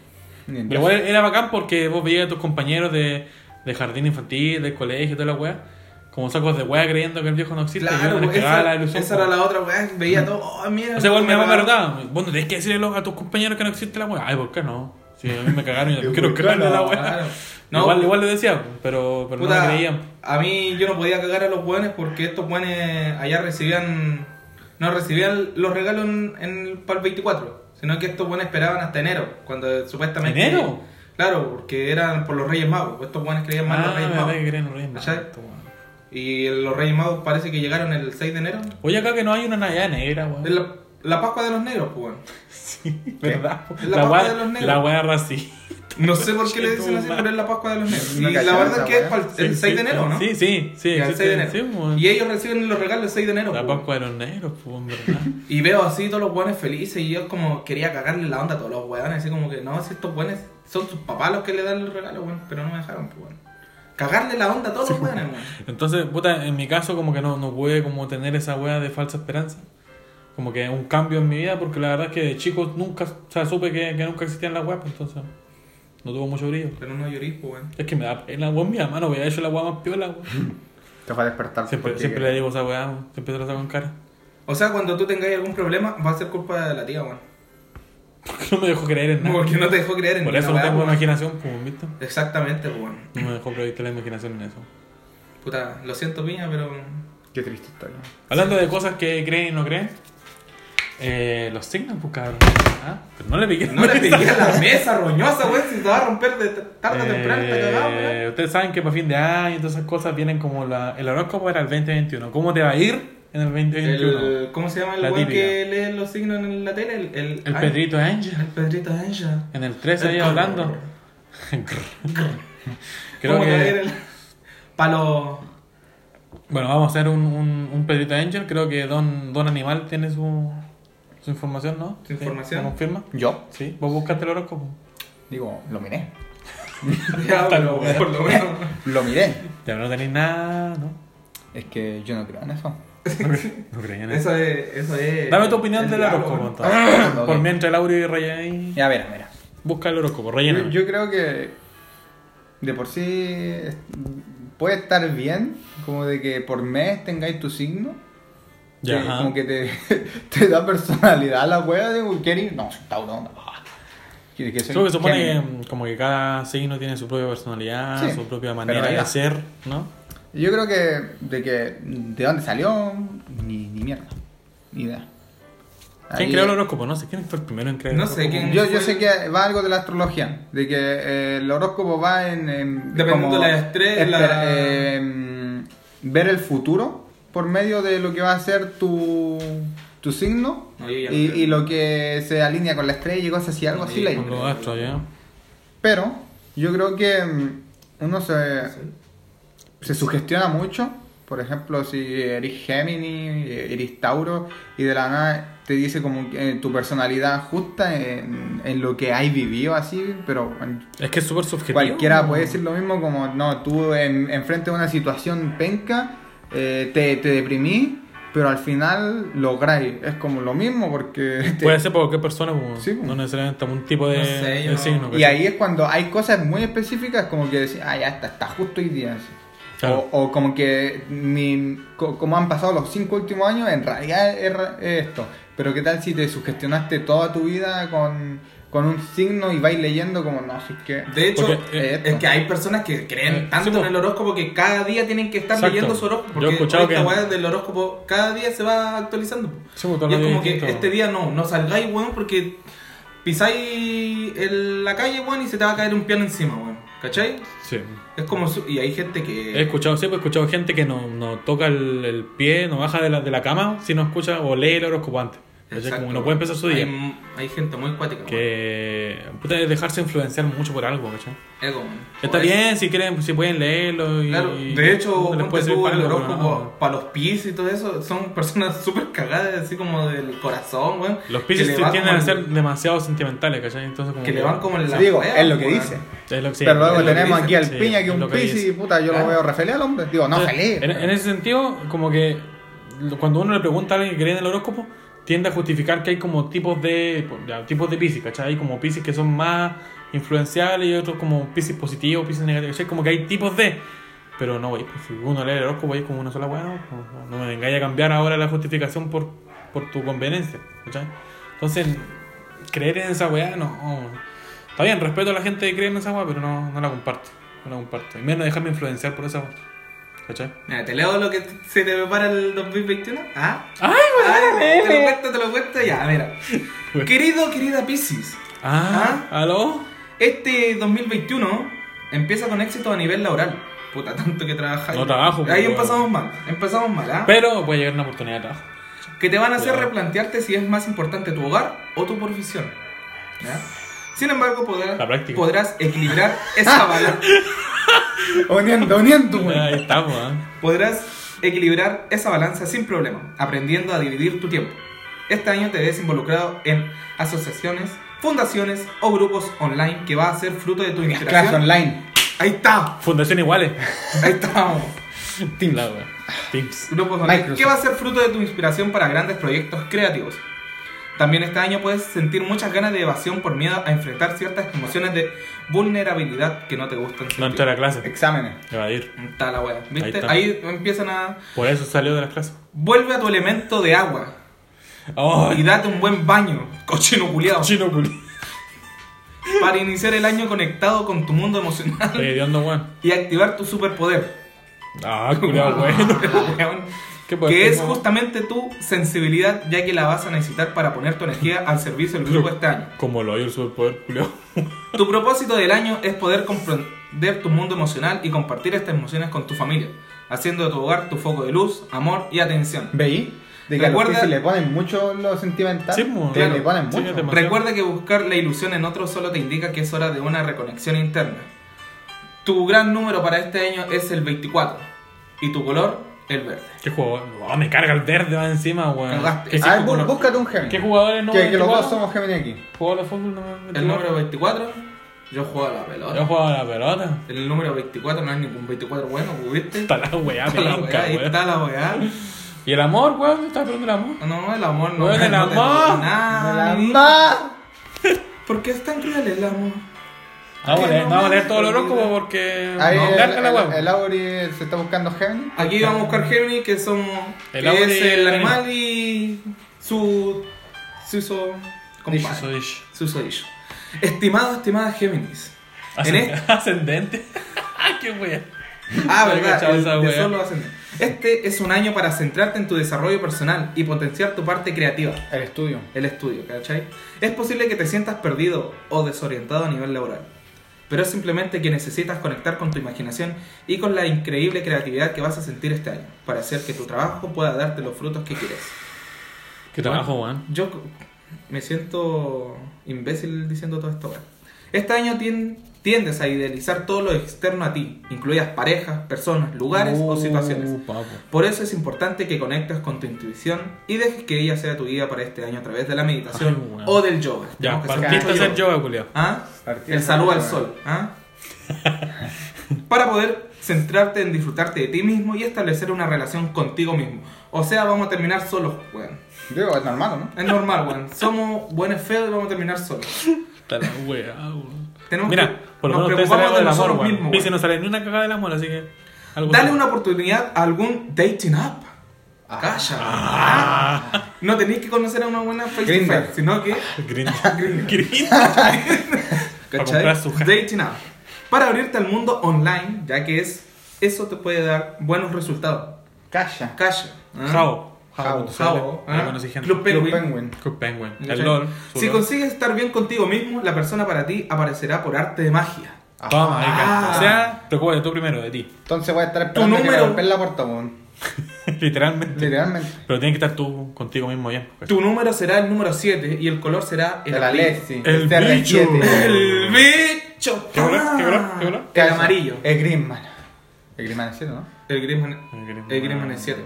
S2: Ni en
S1: Pero igual era bacán porque vos veías a tus compañeros de, de jardín infantil, del colegio, toda la weá, como sacos de weá creyendo que el viejo no existe.
S3: Claro,
S1: y yo me
S3: weón,
S1: les cagaba
S3: esa,
S1: la ilusión.
S3: esa era
S1: po.
S3: la otra, weón. Veía todo, oh, mira.
S1: O sea, igual mi mamá me
S3: cagaba.
S1: retaba. Vos no tenés que decirle a los- a tus compañeros que no existe la weá. Ay, ¿por qué no? Si a mí me cagaron y yo no quiero
S2: ¿Por qué
S1: cagarle a la
S2: no?
S1: weá.
S3: Claro. No,
S1: igual, igual le decía, pero, pero Pues no
S3: Puta,
S1: me creían.
S3: A mí yo no podía cagar a los hueones porque estos hueones allá recibían. No recibían los regalos en, en- para el 24, sino que estos hueones esperaban hasta enero, cuando supuestamente.
S1: ¿Enero?
S3: Claro, porque eran por los Reyes Magos, pues estos hueones creían más en
S1: Ah,
S3: los Reyes
S1: verdad
S3: Magos.
S1: que querían los Reyes Magos,
S3: ¿Cachai?
S1: esto, weón.
S3: Y los Reyes Magos parece que llegaron el 6 de enero.
S1: Oye, acá que no hay una Navidad negra,
S3: Es
S1: weón.
S3: la, la Pascua de los Negros, pues, hueón.
S1: ¿Verdad?
S3: Es la
S1: La
S3: papa
S1: weá-
S3: de los negros.
S1: la weá racista.
S3: No sé por qué le dicen así,
S1: Chetumare.
S3: pero es la Pascua de los Negros.
S2: No
S3: Y la
S2: cachaba
S3: verdad
S2: esa
S3: es que es
S2: hueá.
S3: para el, el
S1: Sí,
S3: 6 de
S1: sí,
S3: enero, ¿no?
S1: Sí, sí, sí.
S3: El 6 de
S1: existe,
S3: enero.
S1: sí, pues, weón.
S3: y ellos reciben los regalos el 6 de enero.
S1: La
S3: pues,
S1: Pascua de los Negros, pues, en verdad.
S3: Y veo así todos los hueones felices y yo como quería cagarle la onda a todos los hueones, así como que no, si estos hueones son sus papás los que le dan los regalos, hueón, pero no me dejaron, pues, hueón. Cagarle la onda a todos los hueones, hueón.
S1: Entonces, puta, en mi caso como que no, no pude como tener esa weá de falsa esperanza. Como que un cambio en mi vida, porque la verdad es que de chico nunca, o sea, supe que, que nunca existían las weas, pues, entonces no tuvo mucho brillo.
S3: Pero no llorís, pues, hueón.
S1: Es que me da pena, weón, mi mamá no hubiera hecho la weá más piola, weón.
S2: Te va a despertar.
S1: Siempre,
S2: porque-
S1: siempre le digo esa weá, weón. siempre te la saco en cara.
S3: O sea, cuando tú tengáis algún problema, va a ser culpa de la tía, hueón.
S1: Porque no me dejó creer en nada.
S3: Porque no te dejó creer en
S1: Por
S3: ni
S1: eso no
S3: una
S1: tengo
S3: hueá, hueón.
S1: imaginación, pues, ¿viste?
S3: Exactamente, pues, hueón.
S1: No me dejó proyectar la imaginación en eso.
S3: Puta, lo siento, piña, pero...
S2: Qué triste historia.
S1: Hablando de cosas que creen y no creen, eh, los signos, pues, cabrón. Ah, Pero no le piqué.
S3: No le pegué a la mesa roñosa, hueón, si te va a romper de tarde o temprano, te cagado,
S1: Eh,
S3: hueón.
S1: Ustedes saben que para fin de año y todas esas cosas vienen como la, el horóscopo era el 2021. ¿Cómo te va a ir en el 2021? El,
S3: El, ¿Cómo se llama el
S1: La
S3: weón
S1: típica.
S3: que lee los signos en la tele? El, el, ay,
S1: Pedrito Angel.
S3: El Pedrito Angel.
S1: En el 13 ahí
S3: El-
S1: hablando. Creo
S3: ¿Cómo te va a ir
S1: que.
S3: el- Pa' los-
S1: Bueno, vamos a hacer un, un, un Pedrito Angel. Creo que Don, don Animal tiene su, su información, ¿no?
S3: Su información.
S1: ¿Me confirma?
S2: Yo,
S1: Sí. Vos buscaste el horóscopo.
S2: digo, lo miré.
S3: Ya,
S1: Hasta
S3: pero
S1: luego.
S3: por lo menos.
S2: Lo miré.
S1: Ya no tenéis nada, ¿no?
S2: Es que yo no creo en eso.
S1: No creía en eso.
S3: Eso es. Eso es
S1: Dame tu opinión
S3: el
S1: del
S3: diablo,
S1: horóscopo,
S3: weón.
S1: entonces. Por
S2: Ok.
S1: mientras el audio y rellenáis.
S2: Ya, mira, mira.
S1: Busca el horóscopo,
S2: Yo,
S1: rellena.
S2: yo creo que de por sí es- puede estar bien, como de que por mes tengáis tu signo.
S1: Ya,
S2: que
S1: ajá.
S2: como que te, te da personalidad la wea de Wilkeri. No, soy Tauro. no. Que- que soy
S1: Creo que supone
S2: Géminis.
S1: que, mm, como que cada signo tiene su propia personalidad,
S2: Sí,
S1: su propia
S2: pero
S1: manera de
S2: ya.
S1: ser, ¿no?
S2: Yo creo que de que de dónde salió, ni, ni mierda. Ni idea.
S1: ¿Quién
S2: Ahí-
S1: creó el horóscopo? No sé quién fue el primero en crear el
S3: No sé
S1: horóscopo.
S3: quién-
S2: Yo, yo sé que va algo de la astrología, de que eh, el horóscopo va en... en
S3: Dependiendo de la estrella,
S2: espera,
S3: la-
S2: eh, ver el futuro por medio de lo que va a ser tu, tu signo
S3: No, yo ya
S2: y,
S3: no creo.
S2: y lo que se alinea con la estrella y cosas así, algo
S3: No,
S2: así.
S3: yo
S2: leí.
S1: Con los astros, ya.
S2: Pero yo creo que mm, uno se, se sugestiona mucho. Por ejemplo, si eres Géminis, eh, eres Tauro, y de la nada te dice como que, eh, tu personalidad justa en, en lo que hay vivido así, pero bueno,
S1: Es que es súper subjetivo.
S2: cualquiera puede decir lo mismo como, no, tú en- enfrente de una situación penca, eh, te, te deprimí, pero al final lográis. Es como lo mismo porque... te-
S1: Puede ser por cualquier persona, como,
S2: Sí, pues.
S1: no necesariamente un tipo de,
S3: No sé,
S1: de
S3: yo no-
S1: signo.
S2: Y ahí es cuando hay cosas muy específicas como que decir, ah, ya está, está justo hoy día. así.
S1: Claro.
S2: O, o como que mi- co- como han pasado los cinco últimos años, en realidad es ra- es esto. Pero qué tal si te sugestionaste toda tu vida con, con un signo y vais leyendo como no, si es que...
S3: De hecho,
S1: Porque, eh,
S2: eh,
S3: es que hay personas que creen
S1: Sí,
S3: tanto
S1: po.
S3: en el horóscopo que cada día tienen que estar
S1: Exacto.
S3: leyendo su
S1: Yo he
S3: horóscopo. Porque
S1: escuchado
S3: esta
S1: que-
S3: weá del horóscopo cada día se va actualizando. po.
S1: Sí, pues, todos
S3: Y
S1: los
S3: es
S1: días
S3: como que
S1: distintos.
S3: este día no, no salgáis, weón, porque pisáis en la calle, weón, y se te va a caer un piano encima, weón. ¿Cachai?
S1: Sí.
S3: Es como. su- Y hay gente
S1: He
S3: que.
S1: escuchado, sí, pues, he escuchado gente que no, no toca el, el pie, no baja de la, de la cama si no escucha o lee el horóscopo antes. Entonces,
S3: Exacto,
S1: como no
S3: weón.
S1: puede empezar su día.
S3: Hay, hay gente muy cuática, weón.
S1: Que puta, es dejarse influenciar mucho por algo, ¿cachai?
S3: Ego, weón.
S1: Está
S3: Weón,
S1: bien, si quieren, si pueden leerlo. Y,
S3: Claro, de hecho,
S1: les
S3: ponte
S1: servir
S3: tú,
S1: para
S3: el
S1: algo,
S3: horóscopo
S1: pero no.
S3: para los pis y todo eso, son personas súper cagadas, así como del corazón, weón.
S1: Los
S3: que le
S1: Pisces
S3: va
S1: tienden
S3: como
S1: a
S3: el-
S1: ser demasiado sentimentales, ¿cachai? Entonces, como
S3: Que le van como en la.
S2: digo,
S3: wea,
S2: es lo que
S3: weón.
S2: dice.
S1: Es lo que- sí,
S2: Pero
S1: es
S2: luego
S1: lo que
S2: tenemos
S1: dicen,
S2: aquí al
S1: sí,
S2: piña que
S1: es
S2: un
S1: lo
S2: piscis y
S1: dicen.
S2: puta, yo
S3: Claro.
S2: lo veo re feliz al hombre. Digo, no, feliz.
S1: Entonces, En, en ese sentido, como que lo- cuando uno le pregunta a alguien que cree en el horóscopo, tiende a justificar que hay como tipos de pues, ya, tipos de piscis, ¿cachai? Hay como piscis que son más influenciables y otros como piscis positivos, piscis negativos, ¿cachai? Como que hay tipos de... Pero no, güey, pues, si uno lee el horóscopo y es como una sola weá, no, pues, no- no me vengáis a cambiar ahora la justificación por, por tu conveniencia, ¿cachai? Entonces, creer en esa weá, no... Está bien, respeto a la gente que cree en esa weá, pero no, no la comparto. No la comparto. Y menos dejarme influenciar por esa weá. ¿Cachai?
S3: Mira, te leo lo que se te prepara el 2021. Ah,
S1: ¡Ay,
S3: Ay, te lo cuento, te lo cuento ya, mira. Querido, querida Piscis,
S1: Ah, ¿aló?
S3: este 2021 empieza con éxito a nivel laboral. Puta, tanto que trabajar.
S1: No trabajo,
S3: Ahí
S1: pero-
S3: empezamos mal, empezamos mal, ¿ah?
S1: Pero puede llegar una oportunidad de trabajo.
S3: que te van a hacer
S1: Claro.
S3: replantearte si es más importante tu hogar o tu profesión. ¿ya? Sin embargo, podrás,
S1: La práctica.
S3: podrás equilibrar esa balanza.
S2: Uniendo, uniendo, güey.
S1: Ahí estamos, ¿ah?
S3: Podrás equilibrar esa balanza sin problema, aprendiendo a dividir tu tiempo. Este año te ves involucrado en asociaciones, fundaciones o grupos online que va a ser fruto de tu
S2: Las clases
S3: interacción.
S2: online.
S3: Ahí está,
S1: Fundación Iguales.
S3: ahí estamos.
S1: Teams. La wea. Teams.
S3: Grupos online
S2: Microsoft.
S3: que pues, va a ser fruto de tu inspiración para grandes proyectos creativos. También este año puedes sentir muchas ganas de evasión por miedo a enfrentar ciertas emociones de vulnerabilidad que no te gustan.
S1: No
S3: sentir.
S1: entré a la clase.
S2: Exámenes.
S1: Evadir.
S3: Está la wea, ¿viste?
S1: está.
S3: Ahí empiezan a...
S1: Por eso salió de las clases.
S3: Vuelve a tu elemento de agua. y
S1: ¡Ay!
S3: date un buen baño, cochino culiado,
S1: Chino culi.
S3: para iniciar el año conectado con tu mundo emocional
S1: Estoy hediondo, weón.
S3: y activar tu superpoder.
S1: Ah, culiao, bueno.
S3: Weón.
S1: ¿Qué puede
S3: que
S1: ser,
S3: es
S1: weón?
S3: justamente tu sensibilidad, ya que la vas a necesitar para poner tu energía al servicio del grupo este año.
S1: Como lo oye el superpoder, culiao.
S3: Tu propósito del año es poder comprender tu mundo emocional y compartir estas emociones con tu familia, haciendo de tu hogar tu foco de luz, amor y atención.
S2: ¿Veí? De que a los
S3: Recuerda-
S2: piscis le ponen mucho lo sentimental.
S1: Sí, mo,
S2: te-
S1: claro.
S2: le ponen
S1: Sí,
S2: mucho.
S1: que te- Demasiado.
S3: Recuerda que buscar la ilusión en otro solo te indica que es hora de una reconexión interna. Tu gran número para este año es el 24 y tu color el verde.
S1: ¿Qué jugador? No, me carga el verde va encima, weón.
S3: Cagaste.
S1: ¿Qué,
S2: Ah,
S1: cinco
S2: bú-
S1: color-
S2: búscate un Gemini.
S1: ¿Qué jugadores no
S2: Que, que los
S1: 24?
S2: dos somos Gemini aquí.
S1: ¿Jugador de fútbol no
S3: El número 24, yo juego a la pelota.
S1: Yo jugaba a la pelota.
S3: El número 24 no es ningún 24 bueno, ¿viste?
S1: Está la weá,
S3: Está la weá,
S1: penca,
S3: ahí
S1: weón.
S3: está la weá.
S1: ¿Y el amor, weón? ¿Estás perdiendo el amor?
S3: No, el amor no.
S1: Weón, el
S3: no te-
S1: amor.
S3: Nada,
S2: De
S3: ni-
S2: la ma-
S3: ¿Por qué es tan cruel el amor?
S1: Vamos a leer,
S3: no
S1: vamos a
S3: me
S1: leer todo el
S3: olvida.
S1: horóscopo porque.
S2: Ahí
S1: no,
S2: el,
S1: larga la
S2: el,
S1: weá.
S2: el Auri se está buscando Gemini.
S3: Aquí vamos a buscar Gemini, que somos.
S1: El
S3: que
S1: agua
S3: es
S1: de-
S3: el animal y. su. su. su. compadre.
S1: Soy-
S3: Su soy yo. Estimado, estimada Géminis. En
S1: Ascend- Ascendente. Qué wea.
S3: Ah,
S1: No he
S3: verdad,
S1: cachado
S3: el
S1: esa
S3: de
S1: wea.
S3: solo ascendente. Este es un año para centrarte en tu desarrollo personal y potenciar tu parte creativa,
S2: El estudio.
S3: el estudio, ¿cachai? Es posible que te sientas perdido o desorientado a nivel laboral, pero es simplemente que necesitas conectar con tu imaginación y con la increíble creatividad que vas a sentir este año, para hacer que tu trabajo pueda darte los frutos que quieres.
S1: Qué trabajo, weón.
S3: Yo co- me siento imbécil diciendo todo esto. weón. Este año tien- tiendes a idealizar todo lo externo a ti, incluidas parejas, personas, lugares
S1: Uh,
S3: o situaciones. Por eso es importante que conectes con tu intuición y dejes que ella sea tu guía para este año a través de la meditación
S1: Ay, weón.
S3: o del yoga.
S1: Ya,
S3: Tenemos que hacer
S1: partiste a
S3: mucho
S1: hacer
S3: yoga.
S1: yoga, culiao.
S3: ¿Ah?
S2: Partiste
S3: El
S2: a
S3: saludo al
S2: hacer yoga.
S3: sol. ¿ah? para poder centrarte en disfrutarte de ti mismo y establecer una relación contigo mismo. O sea, vamos a terminar solos, weón.
S2: Digo, es normal, ¿no?
S3: Es normal, weón. Somos buenos feos y vamos a terminar solos.
S1: Está la wea, weón.
S3: Tenemos
S1: Mira,
S3: que-
S1: por lo
S3: nos
S1: menos ustedes
S3: preocupamos
S1: salen
S3: de
S1: del amor,
S3: nosotros
S1: weón.
S3: mismos,
S1: Dice,
S3: weón.
S1: no sale ni una cagada del amor, así que. Algo
S3: Dale
S1: así.
S3: una oportunidad a algún dating app.
S1: Ah.
S3: Calla. ¿Ah? No tenéis que conocer a una buena face to
S2: Grindr.
S3: face, sino que.
S1: Grindr. Grindr. Para
S3: ¿Cachai?
S1: comprar su ja-
S3: Dating app. Para abrirte al mundo online, ya que es eso te puede dar buenos resultados.
S2: Calla.
S3: Calla. ¿ah?
S1: Jao.
S2: Jao.
S1: punto
S3: Jao,
S1: CL. Ahí
S3: ¿ah?
S1: conocí gente.
S3: Club
S2: Club
S3: Penguin.
S2: Penguin.
S1: Club Penguin.
S3: ¿Cachai?
S1: El LOL. su
S3: Si
S1: LOL.
S3: consigues estar bien contigo mismo, la persona para ti aparecerá por arte de magia.
S1: Toma, ahí
S3: Ah.
S1: cae. O sea, te ocupas de tú primero, de ti.
S2: Entonces voy a estar esperando que me
S3: número.
S2: rompen la puerta, weón.
S1: Literalmente.
S2: Literalmente.
S1: Pero tienes que estar tú contigo mismo ya.
S3: Tu número será el número 7 y el color será el,
S2: El
S3: amarillo.
S2: Alexi.
S1: El
S2: CR7,
S1: bicho.
S3: El bicho.
S1: ¿Qué color?
S3: Ah.
S1: ¿Qué color? ¿Qué color?
S3: El amarillo.
S2: El Grisman. El Grisman es 7, ¿no?
S3: El Griezmann. El Griezmann es 7.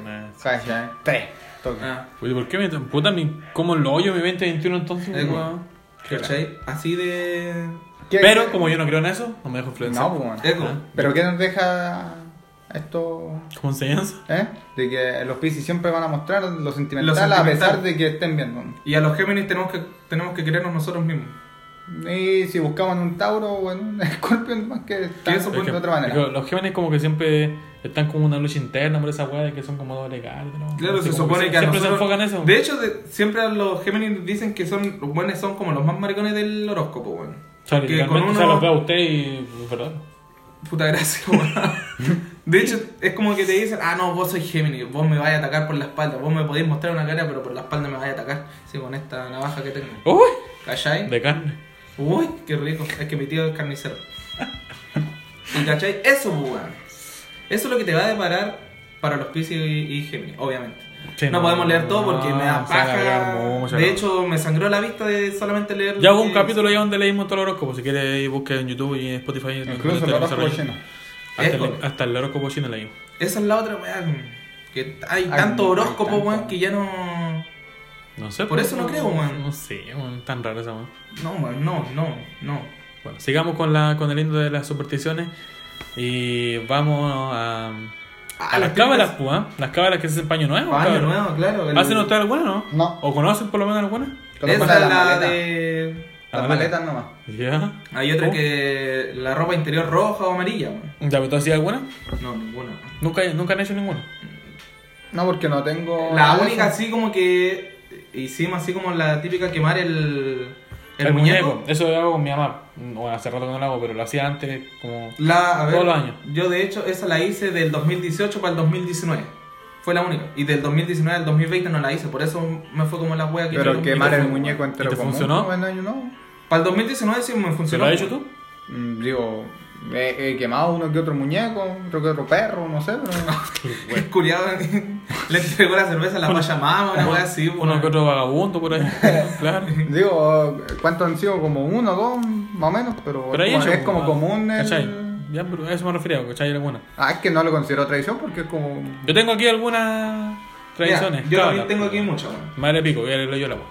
S2: Calla, eh. 3. Toque.
S3: Ah,
S1: Oye, ¿por qué me puta mi como lo hoyo mi 2021 entonces?
S3: Eh,
S1: weón? Qué lata.
S3: ¿Cachai? Así de.
S2: ¿Qué-
S1: Pero como yo no creo en eso, no me dejo influenciar.
S2: No, weón.
S3: Ego.
S1: Ah.
S2: Pero ¿qué nos deja esto?
S1: Como enseñanza.
S2: ¿Eh? De que los Pisces siempre van a mostrar lo sentimental,
S3: Lo
S2: a
S3: sentimental.
S2: pesar de que estén viendo.
S3: Y a los Géminis tenemos que, tenemos que querernos nosotros mismos.
S2: Y si buscaban un Tauro o en un Scorpion, más que están
S3: eso,
S2: de
S1: que-
S2: otra manera.
S1: es que los Géminis como que siempre están como una lucha interna por esa weá de que son como doble cara. ¿no?
S3: Claro,
S1: Así Este,
S3: se
S1: como
S3: supone que a
S1: siempre se
S3: nosotros-
S1: enfocan en eso.
S3: De hecho, de- siempre a los Géminis dicen que son los buenos son como los más maricones del horóscopo, weón.
S1: o sea,
S3: que con
S1: literalmente,
S3: uno...
S1: o sea, los veo a usted y pues, verdad.
S3: Puta gracia, weón. De hecho, es como que te dicen, ah, no, vos sois Géminis, vos me vais a atacar por la espalda, vos me podéis mostrar una cara, pero por la espalda me vais a atacar, sí, con esta navaja que tengo.
S1: Uy,
S3: ¿Cachai?
S1: de carne.
S3: Uy, qué rico. Es que mi tío es carnicero. ¿Y cachai? Eso, pues, weón. Eso es lo que te va a deparar para los Pisces y, y Géminis, obviamente.
S1: Sí,
S3: no,
S1: no,
S3: podemos leer todo porque me da
S1: no, se va a
S3: paja.
S1: alargar mucho,
S3: de
S1: no.
S3: hecho, me sangró la vista de solamente leer.
S1: Ya hubo un
S3: eh,
S1: capítulo ya donde leímos todo el horóscopo. Si quieres, ahí busca en YouTube y en Spotify. lo
S2: Incluso
S1: encuentras
S2: los
S1: desarrollo.
S2: rojos chinos.
S1: Hasta
S3: École.
S1: el, hasta el horóscopo chino leímos.
S3: Esa es la otra, weón. Que hay
S2: Ay,
S3: tanto
S2: no,
S3: horóscopo,
S2: hay tanto.
S3: weón, que ya no.
S1: No sé.
S3: Por
S1: pues,
S3: eso no creo, weón.
S1: No sé, weón, tan raro esa weón.
S3: No, weón, no, no, no.
S1: Bueno, sigamos con, la, con el himno de las supersticiones y vamos a, a las cábalas, pues, ¿ah? Las cábalas que se hacen paño nuevo.
S3: Año
S1: cabrón.
S3: nuevo, claro. el-
S1: ¿Hacen ustedes alguna, no?
S2: No.
S1: ¿O conocen por lo menos alguna?
S2: Con
S3: Esa es
S2: las
S3: la
S2: maletas.
S3: de.
S2: Las
S1: Ah,
S2: maletas nomás.
S1: Ya.
S3: Hay otra
S1: ¿Tú?
S3: que la ropa interior roja o amarilla. weón.
S1: Oh. ¿Ya pero tú hacías alguna?
S3: No, ninguna.
S1: Nunca, nunca han hecho ninguna.
S2: No, porque no tengo.
S3: La
S2: nada de
S3: única
S2: eso.
S3: así como que hicimos así como la típica quemar el, el,
S1: El
S3: muñeco.
S1: Eso lo hago con mi mamá. Bueno, hace rato que no lo hago, pero lo hacía antes como...
S3: La, a ver,
S1: Todos los años.
S3: Yo de hecho esa la hice del 2018 para el 2019. Fue la única. Y del 2019 al 2020 no la hice. Por eso me fue como la wea que...
S2: Pero
S3: yo-
S2: quemar
S3: yo-
S2: el muñeco entero
S1: te
S2: como
S1: funcionó?
S2: un año nuevo.
S3: Para el 2019 sí me
S1: ¿Se
S3: funcionó.
S1: lo has hecho tú?
S2: Mm, Digo, he, he quemado uno que otro muñeco, otro que otro perro, no sé, pero.
S3: El culiado le entregó la cerveza a la pachamama, una wea así.
S1: Uno que otro vagabundo por ahí. claro.
S2: Digo, ¿cuántos han sido? Como uno, dos, más o menos, pero,
S1: Pero ahí
S2: como-
S1: hecho,
S2: es como
S1: ah,
S2: común. el-
S1: ¿Cachai? Ya, pero a eso me refería, pues, ¿cachai? Alguna.
S2: Ah, es que no lo considero tradición porque es como.
S1: Yo tengo aquí algunas
S3: Mira,
S1: tradiciones.
S3: yo
S1: cábalas,
S3: también tengo
S1: pues.
S3: aquí mucho. weón.
S1: Madre pico, ya leo yo la weá.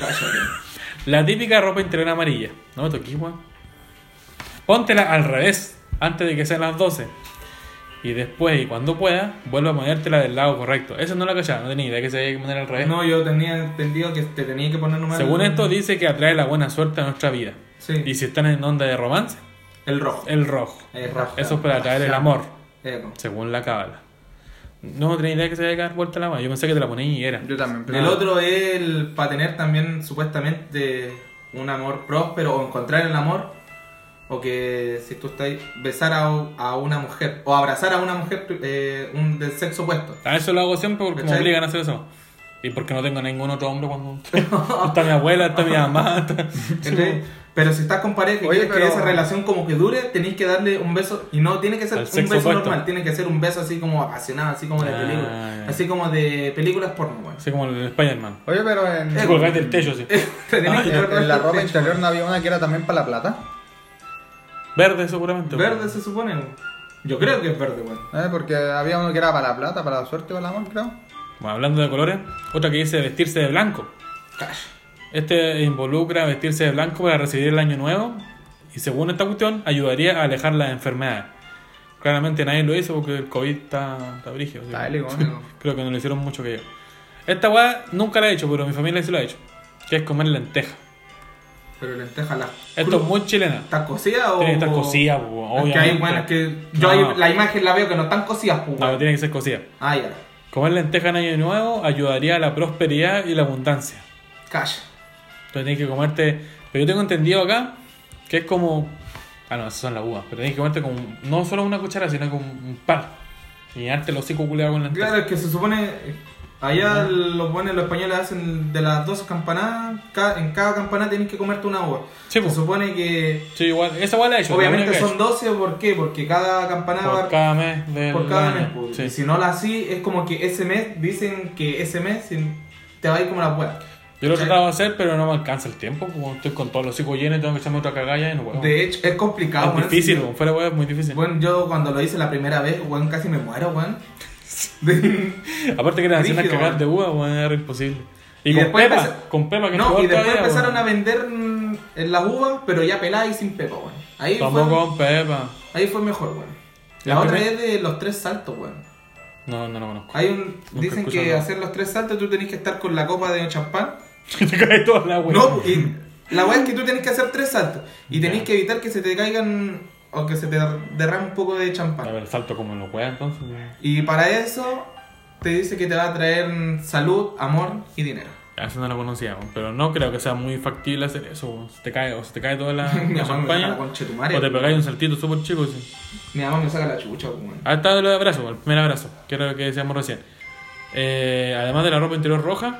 S3: Cállate.
S1: La típica ropa interior amarilla. No me toquís, weón. Póntela al revés, antes de que sean las 12. Y después, y cuando puedas, vuelve a ponértela del lado correcto. Eso no la cachaba, no tenía idea que se había que poner al revés.
S3: No, yo tenía entendido que te tenía que poner nomás.
S1: ¿Eh? Según
S3: el-
S1: esto, dice que atrae la buena suerte a nuestra vida.
S3: Sí.
S1: Y si están en onda de romance,
S3: El rojo.
S1: el rojo.
S3: El rojo.
S1: Eso es para atraer el amor,
S3: Eco.
S1: según la cábala. No tenía idea que se había que dar vuelta la mano. Yo pensé que te la ponías y era.
S2: Yo también. pero-
S3: El otro es el para tener también supuestamente un amor próspero o encontrar el amor. O que si tú estás besar a, a una mujer o abrazar a una mujer eh, un, del sexo opuesto.
S1: A eso lo hago siempre porque me
S3: ¿Cachai?
S1: obligan a hacer eso. Y porque no tengo ningún otro hombre cuando. está mi abuela, está mi mamá. Está...
S3: ¿Cachai? Pero si estás con pareja y
S2: Oye,
S3: quieres que
S2: pero-
S3: esa relación como que dure, tenéis que darle un beso. Y no tiene que ser
S1: Al
S3: un
S1: sexo
S3: beso
S1: opuesto.
S3: normal, tiene que ser un beso así como apasionado, así como de
S1: Ah,
S3: película.
S1: ya.
S3: Así como de películas porno, weón.
S1: Así como el Spider-Man.
S2: Oye, pero en.
S3: Eh,
S1: Te colgáis del techo así.
S3: Te tenés que
S2: Ah, en-
S3: colgar
S2: en la
S3: del
S2: ropa
S3: techo.
S2: interior no había una que era también para la plata.
S1: Verde, seguramente.
S3: Verde se supone, weón. Yo creo que es verde, weón.
S2: ¿eh? Porque había uno que era para la plata, para la suerte o el amor, creo.
S1: Bueno, hablando de colores, otra que dice vestirse de blanco. Este involucra vestirse de blanco para recibir el año nuevo. Y según esta cuestión, ayudaría a alejar las enfermedades. Claramente nadie lo hizo porque el COVID está, está brígido. así
S2: Está
S1: que-
S2: élico,
S3: Sí.
S2: ¿no?
S1: Creo que no lo hicieron mucho que yo. Esta weá nunca la he hecho, pero mi familia sí lo ha hecho. Que es comer lenteja.
S3: pero lenteja la.
S1: Esto es muy chilena.
S3: ¿Está cocida o.?
S1: Tiene que estar cocida, pues,
S3: Es que hay
S1: obviamente.
S3: buenas que. Yo
S1: No.
S3: ahí la imagen la veo que no están cocidas, pues.
S1: No,
S3: weón.
S1: tiene que ser cocida.
S3: Ah, ya.
S1: Comer lenteja en año nuevo ayudaría a la prosperidad y la abundancia.
S3: Cash.
S1: Entonces tienes que comerte. Pero yo tengo entendido acá que es como. Ah, no, esas son las uvas. Pero tienes que comerte con. No solo una cuchara, sino con un par. Y llenarte los hocico culeados con lenteja.
S3: Claro, es que se supone. eh, Allá los buenos, los españoles hacen de las 12 campanadas. ca- en cada campanada tenés que comerte una uva.
S1: Sí,
S3: se
S1: pues.
S3: supone que.
S1: Sí, igual. Esa igual la he hecho. la
S3: obviamente
S1: única que he
S3: son 12, ¿por qué? Porque cada campanada
S1: hecho.
S3: va-
S1: Por cada mes del
S3: por cada mes.
S1: año.
S3: pues.
S1: Sí.
S3: Y si no la así, es como que ese mes, dicen que ese mes sin- te va a ir como la hueá.
S1: Yo lo he tratado de hacer, pero no me alcanza el tiempo. como Estoy con todos los hocico llenos y tengo que echarme otra cagalla y no puedo.
S3: De hecho, es complicado.
S1: Oh. es
S3: weón.
S1: difícil,
S3: Sí,
S1: weón. fuera weón, es muy difícil.
S3: Bueno, yo cuando lo hice la primera vez, weón, casi me muero, weón.
S1: Aparte que eran hacer unas
S3: Brígido,
S1: cagadas
S3: weón.
S1: de uva, weón, era imposible. Y,
S3: Y
S1: con
S3: después
S1: Pepa,
S3: empeza-
S1: con Pepa que es
S3: no,
S1: peor
S3: y después
S1: todavía,
S3: empezaron
S1: weón.
S3: a vender mm, en las uvas, pero ya peladas y sin pepa, weón. Ahí,
S1: Tampoco
S3: fue,
S1: con Pepa.
S3: ahí fue mejor, weón.
S1: La
S3: La otra
S1: primera-
S3: es de los tres saltos, weón.
S1: No, no lo conozco.
S3: Hay un,
S1: Nunca
S3: dicen
S1: escucho
S3: que
S1: nada.
S3: hacer los tres saltos tú tenés que estar con la copa de champán.
S1: Te cae toda la weón.
S3: No, y la weá es que tú tenés que hacer tres saltos. Y tenés
S1: Ya.
S3: que evitar que se te caigan o que se te derrame un poco de
S1: A
S3: champán.
S1: ver, salto como en los weas entonces. weón.
S3: Y para eso te dice que te va a traer salud, amor y dinero.
S1: Ya, Eso no lo conocía, weón, pero no creo que sea muy factible hacer eso. weón. Se te cae, o se te cae toda la,
S3: Mi
S1: la
S3: mamá me saca la
S1: champaña.
S3: concha de tu
S1: O te
S3: madre.
S1: pegáis un saltito súper chico. sí.
S3: Mi mamá me saca la chucha, weón.
S1: Ahí está el abrazo, el primer abrazo, que era lo que decíamos recién. Eh, además de la ropa interior roja,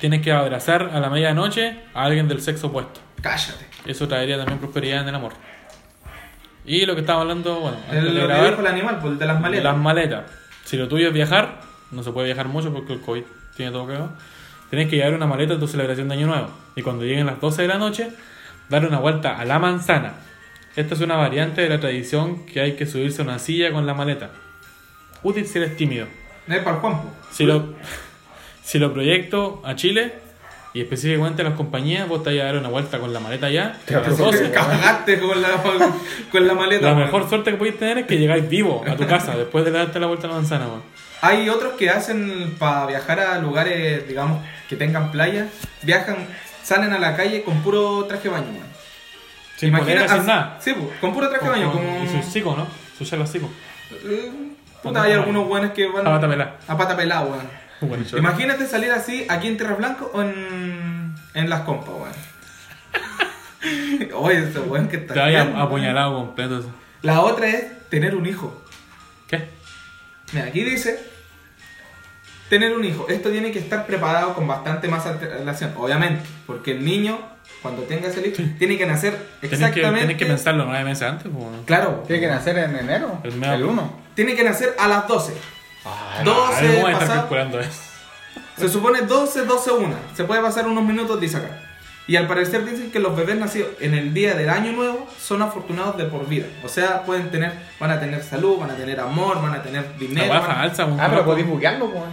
S1: tienes que abrazar a la medianoche a alguien del sexo opuesto.
S3: Cállate.
S1: Eso traería también prosperidad en el amor. Y lo que estaba hablando, bueno, antes
S3: El,
S1: de
S3: lo que
S1: grabar,
S3: dijo el animal, pues, el de las
S1: de
S3: maletas.
S1: las maletas. Si lo tuyo es viajar, no se puede viajar mucho porque el COVID tiene todo que ver. Tienes que llevar una maleta a tu celebración de Año Nuevo. Y cuando lleguen las 12 de la noche, dar una vuelta a la manzana. Esta es una variante de la tradición que hay que subirse a una silla con la maleta. Útil si eres tímido.
S3: No es para el Juan, po.
S1: Si lo, si lo proyecto a Chile y específicamente a las compañías, vos te vas a dar una vuelta con la maleta allá.
S2: Te vas a
S1: Entonces,
S2: hacer
S3: Cagaste con la, con la maleta.
S1: la
S3: weón.
S1: mejor suerte que podéis tener es que llegáis vivo a tu casa después de darte la vuelta a la manzana. weón.
S3: Hay otros que hacen para viajar a lugares, digamos, que tengan playa, viajan, salen a la calle con puro traje de baño, weón.
S1: Sin polera, sin
S3: ah,
S1: nada.
S3: Sí, po, con
S1: este
S3: puro traje de baño, como.
S1: Y su psico, ¿no? Su chelo psico.
S3: Eh, Puta, hay algunos weones que van.
S1: A pata pelada.
S3: A pata pelada, weón.
S1: Bueno,
S3: Imagínate salir así aquí en Tierra Blanca o en. en las compas, weón. Oye, ese weón que está.
S1: te había
S3: bien.
S1: apuñalado completo. así.
S3: La otra es tener un hijo.
S1: ¿Qué?
S3: Mira, aquí dice tener un hijo. Esto tiene que estar preparado con bastante más antelación, obviamente, porque el niño cuando tenga ese hijo tiene que nacer
S1: Tienes
S3: exactamente.
S1: que, tenés que pensarlo nueve meses antes. pues, bueno.
S3: Claro.
S2: Tiene que nacer en enero,
S1: El
S2: el,
S1: meo.
S2: 1.
S3: Tiene que nacer a las 12.
S1: Ah,
S3: 12
S1: ¿Cómo voy a estar
S3: pasado.
S1: calculando eso?
S3: Se supone 12, 12, 1. Se puede pasar unos minutos, dice acá. Y al parecer dicen que los bebés nacidos en el día del año nuevo son afortunados de por vida. O sea, pueden tener, van a tener salud, van a tener amor, van a tener
S1: La
S3: dinero. van
S1: baja
S3: a-
S1: alza. un
S2: Ah, pero
S1: poco.
S2: podéis buguearlo, pues.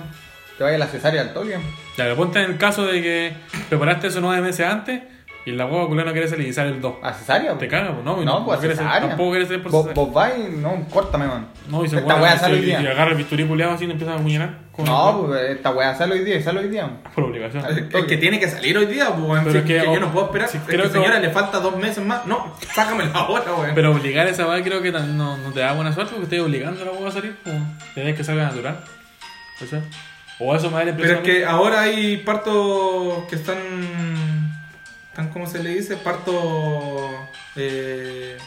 S2: Te vaya la cesárea al toque.
S1: Ya, pero ponte en el caso de que preparaste eso nueve meses antes y la hueá culé no quiere salir y sale el 2.
S2: ¿A cesárea?
S1: Te
S2: po?
S1: caga, pues, no, y
S2: No,
S1: no
S2: pues a
S1: quiere ser-
S2: cesárea.
S1: tampoco quiere ser por
S2: Vos,
S1: cesárea.
S2: vos vais, no, córtame, man.
S1: No, y se
S2: Esta
S1: guarda,
S2: weá
S1: y
S2: sale hoy
S1: se- y
S2: día.
S1: agarra el bisturí culeado así y empieza a apuñalar. con el-
S2: No, pues esta weá sale hoy día, sale hoy día.
S1: Por obligación.
S2: Ay,
S3: Es Eh, que tiene que salir hoy día, pues, weón.
S1: Pero
S3: Sí,
S1: es que-
S3: que yo no puedo esperar.
S1: sí,
S3: Es
S1: creo
S3: que,
S1: que-
S3: señora, le falta dos meses más. No, sácame la hora, weón.
S1: Pero obligar a esa weá creo que tan- no, no te da buena suerte porque estás obligando a la weá a salir. pues. Tienes que salga natural. O sea, o eso me da la
S3: Pero
S1: impresión.
S3: es que ahora hay partos que están. están ¿Cómo se le dice? Parto. Eh,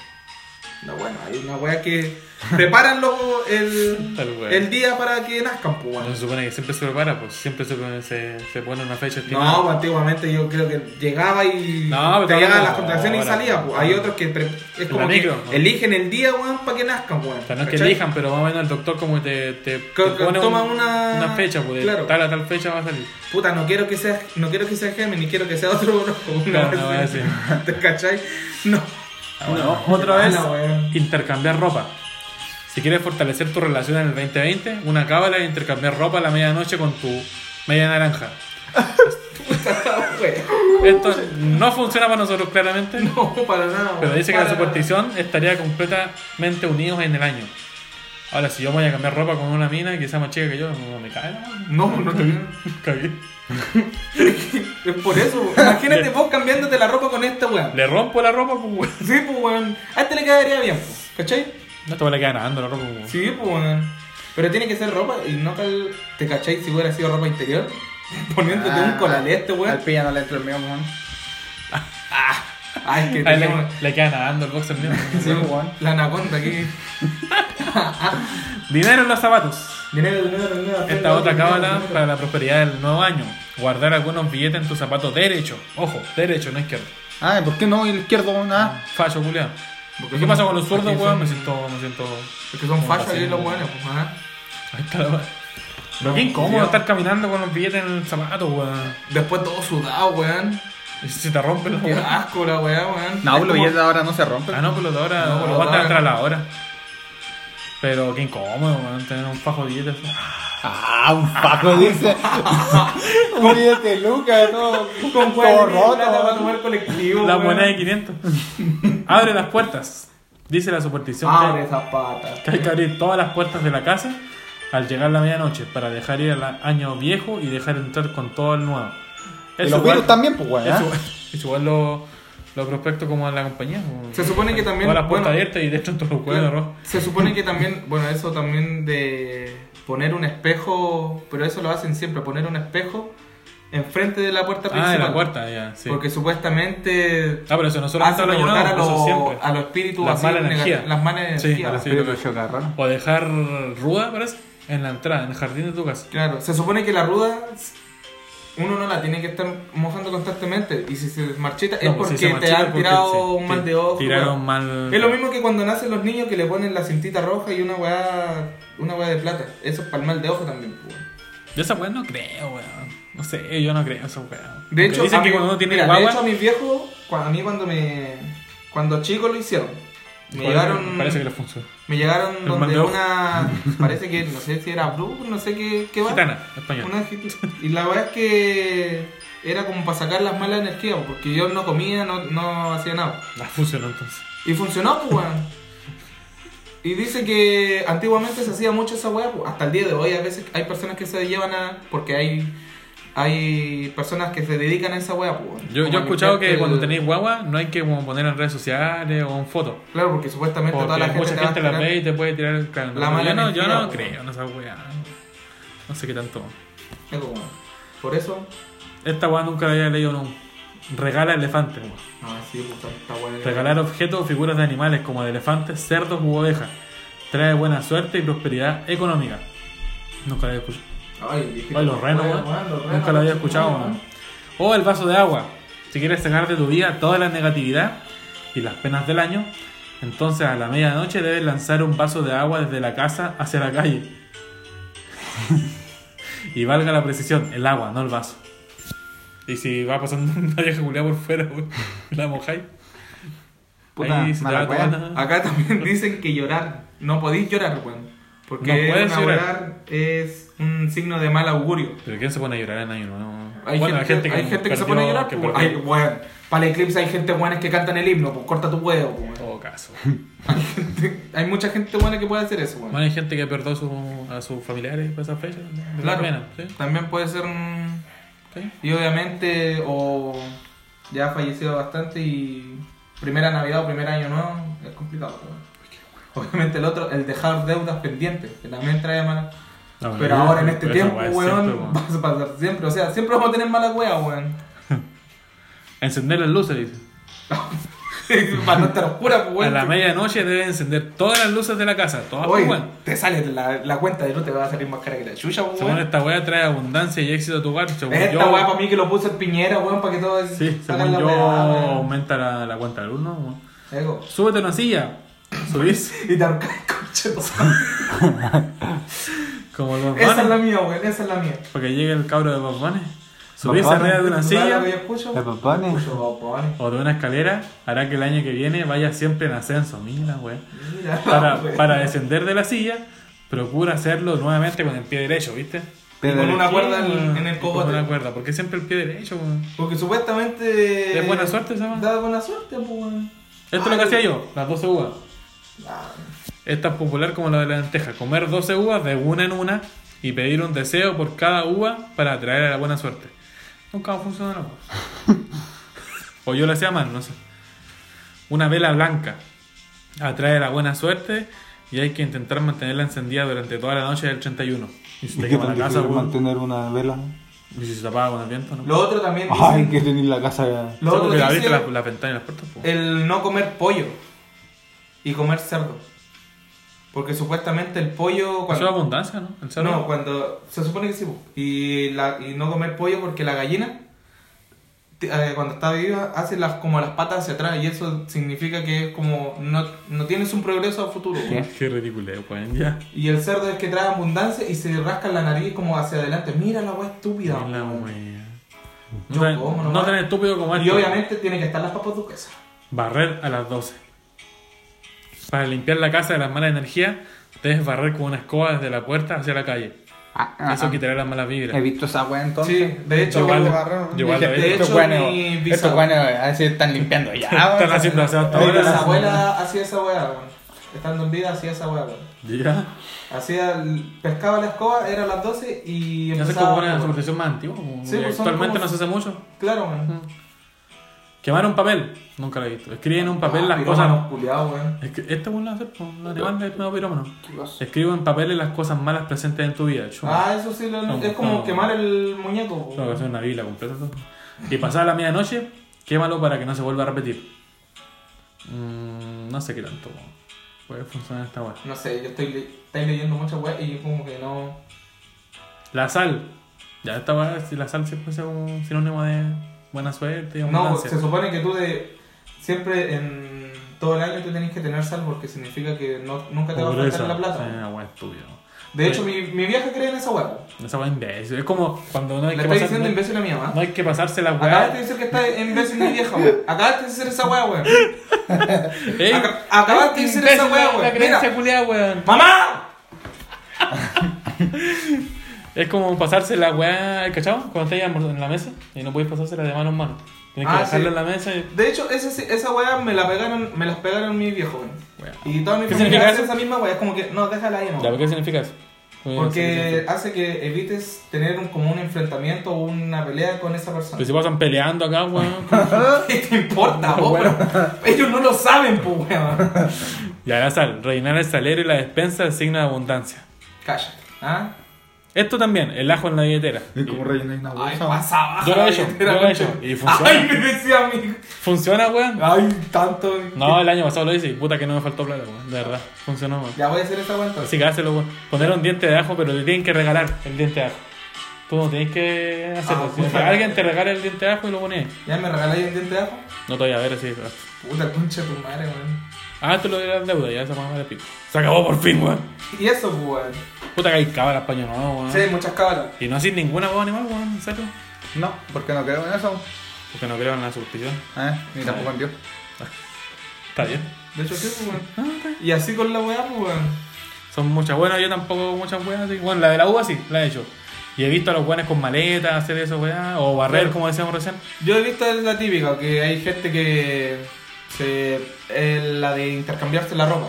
S3: no, bueno, hay una weá que. Preparan luego el,
S1: Tal weá.
S3: el día para que nazcan, pues,
S1: No
S3: weón.
S1: se supone que siempre se prepara, pues siempre se, se, se pone una fecha. estimada.
S3: No, pues, antiguamente yo creo que llegaba y
S1: No, pero
S3: te llegaban
S1: ahora-
S3: las contracciones y
S1: ahora-
S3: salía. pues. Hay otros que pre- es
S1: En
S3: como
S1: la
S3: que
S1: micro, ¿no?
S3: eligen el día, weón, para que nazcan, pues, weón.
S1: O sea, no es que
S3: ¿cachai?
S1: elijan, pero más o menos el doctor como que te, te, te
S3: Que- que toma
S1: un-
S3: una-
S1: una fecha, pues de
S3: claro.
S1: tal a tal fecha va a salir.
S3: Puta, no quiero que sea, no quiero que sea Gemini, quiero que sea otro horóscopo.
S1: Claro,
S3: Una
S1: no
S3: vez
S1: voy a
S3: así. ¿Te cachai? No.
S1: Bueno, otra vez,
S3: Ah, Mala, weón.
S1: intercambiar ropa. Si quieres fortalecer tu relación en el 2020, una cábala es intercambiar ropa a la medianoche con tu media naranja.
S3: Weón.
S1: Esto no funciona para nosotros claramente,
S3: No, para nada. weón.
S1: pero dice que la
S3: Para
S1: superstición estaría completamente unidos en el año. Ahora, si yo me voy a cambiar ropa con una mina que sea más chica que yo, no me cae.
S3: nada. No, no te
S1: Cagué.
S3: Es por eso. Imagínate vos cambiándote la ropa con esta weón.
S1: Le rompo la ropa, pues, weón.
S3: Sí, pues weón. A este le quedaría bien, pues. ¿Cachai?
S1: No te voy a quedar nadando la ropa, pues, weón.
S3: Sí, pues weón. Pero tiene que ser ropa y no cal... ¿Te cachai si hubiera sido ropa interior? Poniéndote
S2: Ah,
S3: un colalete, este
S2: Al
S3: weón.
S2: pilla no le entra el mío, weón.
S3: Ah, es que
S1: A él le,
S3: tenemos-
S1: le queda nadando el boxer mío.
S2: Sí, pues, weón.
S3: La anaconda aquí.
S1: Dinero en los zapatos.
S3: Dinero, dinero, dinero.
S1: Esta otra cábala
S3: dinero.
S1: para la prosperidad del nuevo año. Guardar algunos billetes en tu zapato derecho. Ojo, derecho, no izquierdo.
S2: Ah, ¿por qué no el izquierdo, weón? Ah,
S1: Facho, culiao.
S3: Porque
S1: ¿Qué
S3: son-
S1: pasa con los
S3: aquí
S1: zurdos,
S3: son-
S1: weón? Me siento, me siento.
S3: Porque son
S1: Como
S3: fachos
S1: paciente.
S3: ahí los weones, pues ajá.
S1: Ahí está la weá. Lo
S3: No,
S1: que incómodo
S3: culiao.
S1: estar caminando con los billetes en el zapato, weón.
S3: Después todo sudado, weón.
S1: Y si se te rompe la
S3: Qué
S1: weá.
S3: asco la weá,
S2: no,
S3: weón. Es
S2: los
S3: como-
S2: billetes ahora no se rompen.
S1: Ah, no, pues los de ahora,
S3: No, pues
S1: los
S3: los de
S1: guardan
S3: ahora.
S1: tras la hora. Pero qué incómodo, weón, tener un fajo de billetes.
S2: Ah, un paco dice. un billete lucas, todo.
S3: Con
S2: todo
S3: cuál
S2: roto,
S3: plata va a
S2: weón.
S3: tomar colectivo.
S1: La
S3: weón.
S1: moneda de 500. Abre las puertas. Dice la superstición
S2: Ah,
S1: que-
S3: Abre esas patas.
S1: que hay que abrir todas las puertas de la casa al llegar la medianoche para dejar ir al año viejo y dejar entrar con todo el nuevo.
S2: Y los virus también, pues, weón.
S1: Eso,
S2: ¿eh?
S1: eso igual lo, lo prospecto como en la compañía. como-
S3: Se supone que también-
S1: Todas las puertas
S3: bueno.
S1: abiertas y dentro en tu cuerpo de arroz.
S3: Se supone que también, bueno, eso también de poner un espejo, pero eso lo hacen siempre, poner un espejo enfrente de la puerta
S1: Ah,
S3: principal.
S1: en la puerta, ya, sí.
S3: Porque supuestamente
S1: Ah, pero eso no solo
S3: hace
S1: está lo
S3: rebotar a
S1: llenado, eso
S3: los
S1: siempre.
S3: a los espíritus
S1: Las
S3: así
S1: malas
S3: negativas,
S1: energías.
S3: Las malas
S1: Sí,
S3: energías.
S1: a la-
S2: Pero yo agarraron.
S1: O dejar ruda, parece, en la entrada, en el jardín de tu casa.
S3: Claro, se supone que la ruda uno no la tiene que estar mojando constantemente y si se marchita es
S1: No, pues,
S3: porque
S1: si se
S3: te
S1: marchita
S3: han
S1: porque
S3: tirado
S1: sí,
S3: un mal
S1: te
S3: de ojo.
S1: Tiraron
S3: weón.
S1: mal.
S3: Es lo mismo que cuando nacen los niños que le ponen la cintita roja y una weá, una weá de plata. Eso es para el mal de ojo también. pues, weón.
S1: Yo esa weá no creo, weón. No sé, yo no creo esa weá.
S3: De hecho,
S1: dicen
S3: a
S1: que
S3: mí-
S1: cuando uno tiene
S3: mira,
S1: guagua.
S3: de hecho a mis viejos, cua- a mí cuando me cuando chico lo hicieron. Me
S1: parece-
S3: llegaron
S1: Parece que le funciona.
S3: me llegaron
S1: El mal
S3: donde
S1: de ojo.
S3: una parece que no sé si era Blue, no sé qué qué va.
S1: Gitana, español.
S3: Una gitana. y la verdad es que era como para sacar las malas energías, porque yo no comía, no, no hacía nada.
S1: La funcionó entonces.
S3: Y funcionó, pues, weón. Y dice que antiguamente se hacía mucho esa weá, pues, hasta el día de hoy. A veces hay personas que se llevan a. porque hay. hay personas que se dedican a esa weá, pues, weón.
S1: Yo,
S3: Como
S1: yo he escuchado que
S3: limpiarte
S1: cuando
S3: el-
S1: tenéis guagua no hay que como poner en redes sociales o en fotos.
S3: Claro, porque supuestamente
S1: Porque
S3: toda la gente.
S1: mucha
S3: te va a
S1: gente la
S3: tirar-
S1: ve y te puede tirar el cráneo.
S3: La mala
S1: yo no, yo
S3: energía,
S1: no
S3: po.
S1: creo en esa weá. No sé qué tanto.
S3: Es como, Por eso.
S1: Esta weá nunca la había leído nunca. Regala elefante. weón.
S3: Ah, sí, pues, está- está buena.
S1: Regalar objetos o figuras de animales como de elefantes, cerdos u ovejas. Trae buena suerte y prosperidad económica. Nunca la había escuchado.
S3: Ay, dije-
S1: Ay, los renos,
S3: Bueno,
S1: weón.
S3: weón, los renos,
S1: Nunca lo había
S3: los
S1: escuchado,
S3: chinos,
S1: weón. O el vaso de agua. Si quieres sacar de tu vida toda la negatividad y las penas del año, entonces a la medianoche debes lanzar un vaso de agua desde la casa hacia la calle. y valga la precisión, el agua, no el vaso. Y si va pasando una vieja culiada por fuera, weón, la mojáis.
S2: Puta,
S1: Ahí se te
S2: mala
S1: va
S2: wea.
S1: tomando.
S3: Acá también dicen que llorar. No podéis llorar, weón. Porque
S1: No puedes
S3: una
S1: llorar.
S3: llorar es un signo de mal augurio.
S1: Pero ¿quién se pone a llorar en año nuevo?
S3: Hay
S1: Bueno,
S3: gente, hay gente que, se pone a llorar.
S1: que
S3: pues,
S1: perdió-
S3: hay- weón, Para el eclipse hay gente buena que cantan el himno, pues corta tu huevo. pues,
S1: En
S3: weón.
S1: todo caso.
S3: Hay, gente- hay mucha gente buena que puede hacer eso, weón.
S1: Bueno, hay gente que perdió su- a sus familiares por esa fecha. de
S3: Claro.
S1: pena, ¿sí?
S3: También puede ser un-
S1: Ok.
S3: Y obviamente, o ya ha fallecido bastante y primera Navidad o primer año nuevo, es complicado. pero- Obviamente el otro, el dejar deudas pendientes, que también trae malas.
S1: No,
S3: Pero ahora en este
S1: esa
S3: tiempo,
S1: weá es siempre,
S3: weón,
S1: weón.
S3: vas a pasar siempre. O sea, siempre vamos a tener malas weas, weón.
S1: Encender las luces, dice.
S3: Para no estar oscura, pues,
S1: A
S3: weón.
S1: la medianoche debes encender todas las luces de la casa. Todas,
S3: Oye,
S1: pues, weón.
S3: te sale la, la cuenta de no te va a salir más cara que la chucha, pues,
S1: Según
S3: weón.
S1: esta weá trae abundancia y éxito a tu hogar. Según
S3: Esta
S1: yo,
S3: wea para mí que lo puso el piñera, weón, para que todo
S1: Sí,
S3: hagan
S1: según yo,
S3: weá, weón.
S1: aumenta la, la cuenta de luz, ¿no? weón?
S3: Ego.
S1: Súbete a una silla. Subís
S3: Y te arrancas el coche, pues.
S1: como los
S3: Esa es la
S1: vanes.
S3: mía, weón, esa es la mía.
S1: Porque llegue el cabro de los vanes. Subirse
S2: Vanes.
S1: arriba de una
S3: ¿Sabes lo que yo
S1: silla
S3: escucho?
S2: Los papanes.
S3: Escucho papanes.
S1: o de una escalera hará que el año que viene vaya siempre en ascenso. Mira, weón.
S3: Mira,
S1: Para,
S3: weón.
S1: para descender de la silla, procura hacerlo nuevamente con el pie derecho, ¿viste?
S3: Y con una cuerda en,
S1: Sí,
S3: en el
S1: Con
S3: cogote.
S1: una cuerda, porque siempre el pie derecho, weón.
S3: Porque supuestamente. eh,
S1: Es buena suerte, ¿sabes?
S3: Da buena suerte, pues, weón.
S1: Esto es lo que
S3: Ay.
S1: hacía yo, las 12 uvas.
S3: Ah,
S1: Esta es popular como la de la lenteja. Comer 12 uvas de una en una y pedir un deseo por cada uva para atraer a la buena suerte. Nunca funciona la cosa. o yo lo hacía mal, no sé. Una vela blanca atrae la buena suerte y hay que intentar mantenerla encendida durante toda la noche del 31. Y si te quema la casa, weón.
S4: mantener una vela.
S1: Y si se apaga con el viento, ¿no?
S3: Lo otro también dice,
S4: Ay, que tener la casa.
S3: lo
S1: Sí,
S3: otro Eh,
S1: porque
S3: dice
S1: abriste las la ventanas y las puertas, po.
S3: el no comer pollo y comer cerdo. Porque supuestamente el pollo
S1: Eso es
S3: cuando
S1: abundancia, ¿no? El cerdo.
S3: no, cuando se supone que sí, po. y la y no comer pollo porque la gallina te- eh, cuando está viva hace las como las patas hacia atrás y eso significa que es como no, no tienes un progreso a futuro. po.
S1: Qué ridículo, weón. Ya.
S3: Y el cerdo es que trae abundancia y se rasca la nariz como hacia adelante. Mira la weá estúpida.
S1: Mira,
S3: po.
S1: weón.
S3: Yo
S1: No tan,
S3: como
S1: no
S3: nomás.
S1: tan estúpido como
S3: Y
S1: esto.
S3: obviamente tiene que estar las papas duquesas.
S1: Barrer a las 12. Para limpiar la casa de las malas energías, debes barrer con una escoba desde la puerta hacia la calle.
S2: Ah, ah,
S1: Eso
S2: ah.
S1: quitará las malas vibras.
S2: He visto esa wea entonces.
S3: Sí, de hecho,
S2: Yo igual,
S1: igual-
S2: agarro,
S1: yo igual
S2: dije,
S1: lo he visto.
S2: estos
S3: De hecho,
S2: buenos-
S3: mi
S2: Estos
S3: bisabuelo-
S2: buenos así están limpiando ya.
S3: Ah,
S1: Están
S2: weón.
S1: haciendo asado hasta
S2: Ahí
S1: ahora.
S2: está
S3: Esa
S2: la abuela.
S3: abuela hacía esa weá, weón. Estando en vida hacía esa weá, weón.
S1: Ya.
S3: Hacía, el- pescaba la escoba, era las 12 y
S1: No sé
S3: empezaba.
S1: cómo una superstición más antigua. como
S3: Sí,
S1: que
S3: pues son
S1: actualmente
S3: como-
S1: no se hace mucho.
S3: Claro, weón.
S1: Quemar un papel. Nunca lo he visto. Escribe
S3: Ah,
S1: en un papel las cosas.
S3: Pirómanos culiados, weón.
S1: Es que este weón lo hace, po, la demanda es medio pirómano. Escribe en papeles las cosas malas presentes en tu vida. Chuma.
S3: Ah, eso sí, lo-
S1: No,
S3: es como
S1: no.
S3: quemar el muñeco, weón.
S1: Tengo que hacer una biblia completa. ¿no? Y pasada la medianoche, quémalo para que no se vuelva a repetir. Mm, no sé qué tanto puede funcionar esta weá.
S3: No sé, yo estoy, le- estoy leyendo muchas weas y yo como que no.
S1: La sal. Ya esta weá, si la sal siempre sea un sinónimo de buena suerte y
S3: No,
S1: abundancia.
S3: se supone que tú de. Siempre en todo el año tú tenés que tener sal porque significa que no, nunca te va a
S1: Pobreza.
S3: faltar la plata.
S1: Sí, una weá estúpida.
S3: De hecho, mi, mi vieja cree en esa weá.
S1: Esa weá es imbécil. Es como cuando no
S3: Le
S1: hay, que
S3: estoy
S1: pasar,
S3: diciendo
S1: no,
S3: imbécil a mi mamá.
S1: no hay que pasarse la
S3: Acabaste de
S1: weá.
S3: decir que está imbécil mi vieja, weón. Acabaste de decir esa weá, weón.
S1: Ey,
S3: Aca- Acabaste de decir esa weá, weón. Mira,
S1: culiada, weón.
S3: ¡Mamá!
S1: Es como pasarse la weá, ¿cachado? Cuando estás en la mesa y no podéis pasársela de mano en mano. Tienes
S3: Ah,
S1: que dejarla
S3: sí.
S1: en la mesa y.
S3: De hecho, esa, esa weá me la pegaron, me las pegaron mis viejos, weón.
S1: Weá.
S3: Y toda mi
S1: ¿Qué
S3: familia
S1: significa
S3: hace
S1: eso?
S3: esa misma weá. Es como que, no, déjala ahí, no.
S1: ¿Ya qué significa eso? Pues,
S3: Porque
S1: sí, sí,
S3: hace que evites tener un, como un enfrentamiento o una pelea con esa
S1: Pues sí.
S3: persona.
S1: Pero si pasan peleando acá, weón.
S3: ¿Qué te importa, vos, weón? Ellos no lo saben, po, weón.
S1: y ahora sal, rellenar el salero y la despensa es signo de abundancia.
S3: Cállate, ¿ah?
S1: Esto también, el ajo en la billetera.
S2: Es como rellenar una
S3: Ay,
S2: bolsa. weón.
S3: pasaba.
S1: Yo lo he hecho, yo lo he hecho. Y funciona.
S3: Ay, me decía mi.
S1: ¿Funciona, weón?
S3: Ay, tanto.
S1: No, el año pasado lo hice y puta que no me faltó plata, weón. De verdad, funcionó, weón.
S3: Ya voy a hacer esa vuelta.
S1: Así que hazlo, weón. Poner un diente de ajo, pero te tienen que regalar el diente de ajo. Tú no tenés que hacerlo.
S3: Ah,
S1: sino que
S3: puta.
S1: alguien te regala el diente de ajo y lo pones.
S3: ¿Ya me regaláis un diente de ajo?
S1: No te voy a ver así. weón.
S3: Puta concha de tu madre, weón.
S1: Ah, tú lo de la deuda, ya esa mamá de pico. Se acabó por fin, weón.
S3: Y eso, po, weón.
S1: Puta que hay cábalas paño no, weón.
S3: Sí, muchas cabras.
S1: Y no sin ninguna voz animal, weón, en serio.
S2: No, porque no creo en eso.
S1: Porque no creo en la superstición.
S2: Eh, Ni tampoco en Dios.
S1: Está bien.
S3: De hecho, sí, po, weón.
S1: Ah,
S3: Y así con la weá, po, weón.
S1: Son muchas buenas, yo tampoco muchas buenas. sí. Bueno, la de la uva sí, la he hecho. Y he visto a los buenos con maletas hacer eso, weón. O barrer,
S3: Claro.
S1: como decíamos recién.
S3: Yo he visto la típica, que hay gente que se. eh, la de intercambiarse la ropa.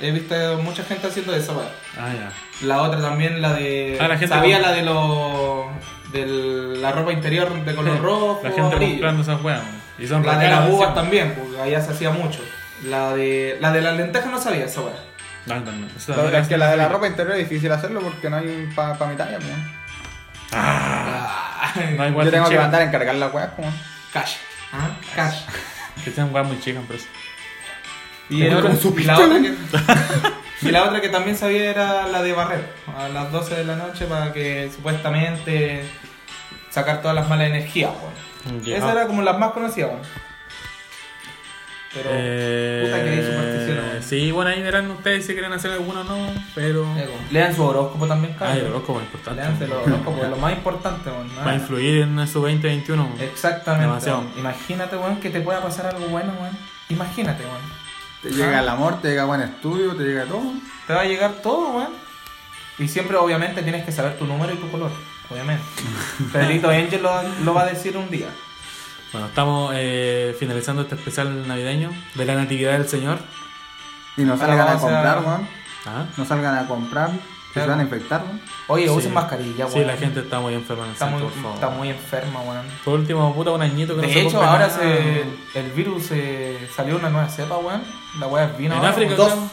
S3: He visto mucha gente haciendo esa weá.
S1: Ah, ya.
S3: La otra también, la de.
S1: Ah, la gente
S3: Sabía
S1: con-
S3: la de los. De la ropa interior de color rojo,
S1: La gente
S3: amarillo.
S1: comprando esas weas. weón. Y son
S3: La de
S1: racadas
S3: las uvas
S1: encima.
S3: también, porque allá se hacía mucho. La de. La de las lentejas no sabía esa weá.
S1: No, no, no. Eso
S2: La
S1: también
S2: verdad es que la de la
S1: hacen.
S2: ropa interior es difícil hacerlo porque no hay para mi talla, weón.
S1: No hay weas tan
S2: Yo tengo que
S1: chicas.
S2: mandar a encargar la pues. weá, weón.
S3: Ah, Cash. ¿Ah? Cash.
S1: Que sean weas muy chicas, pero. eso.
S3: Y, el
S1: ¿Cómo
S3: otro-
S1: lo
S3: y la otra que. y la otra que también sabía era la de barrer. A las 12 de la noche para que supuestamente. sacar todas las malas energías, weón.
S1: Ya.
S3: Esa era como las más conocidas, weón. Pero. puta que hay supersticiones,
S1: Eh,
S3: weón.
S1: sí, bueno, ahí verán ustedes si quieren hacer alguna o no, pero...
S3: Ego. eh, Lean su horóscopo también,
S1: Ay, el
S3: cabrón.
S1: horóscopo es importante.
S3: Lean el horóscopo, es lo más importante, Eh. weón.
S1: Va a influir en su 2021.
S3: Exactamente.
S1: Demasiado.
S3: weón. Imagínate, weón, que te pueda pasar algo bueno, weón. Imagínate, weón.
S2: Te llega el amor, te llega buen estudio, te llega todo.
S3: Te va a llegar todo, weón. Y siempre, obviamente, tienes que saber tu número y tu color. Obviamente. Pedrito Angel lo, lo va a decir un día.
S1: Bueno, estamos eh, finalizando este especial navideño de la Natividad del Señor.
S2: Y no
S3: Ahora
S2: salgan a
S3: vamos a-
S2: comprar, weón.
S1: Ah,
S2: No salgan a comprar. Que se
S3: Claro.
S2: van a infectar, weón.
S3: Oye,
S1: Sí.
S3: usen mascarilla,
S1: Sí,
S3: weón.
S1: la gente está muy enferma en el
S3: está
S1: centro,
S3: muy,
S1: por favor.
S3: está muy enferma, weón.
S1: Por último, puta, un añito que no
S3: De
S1: se
S3: hecho,
S1: compra
S3: ahora
S1: nada.
S3: se, el virus se, salió una nueva cepa, weón. La weá es vino.
S1: En
S3: ahora,
S1: África,
S3: weón.
S1: creo.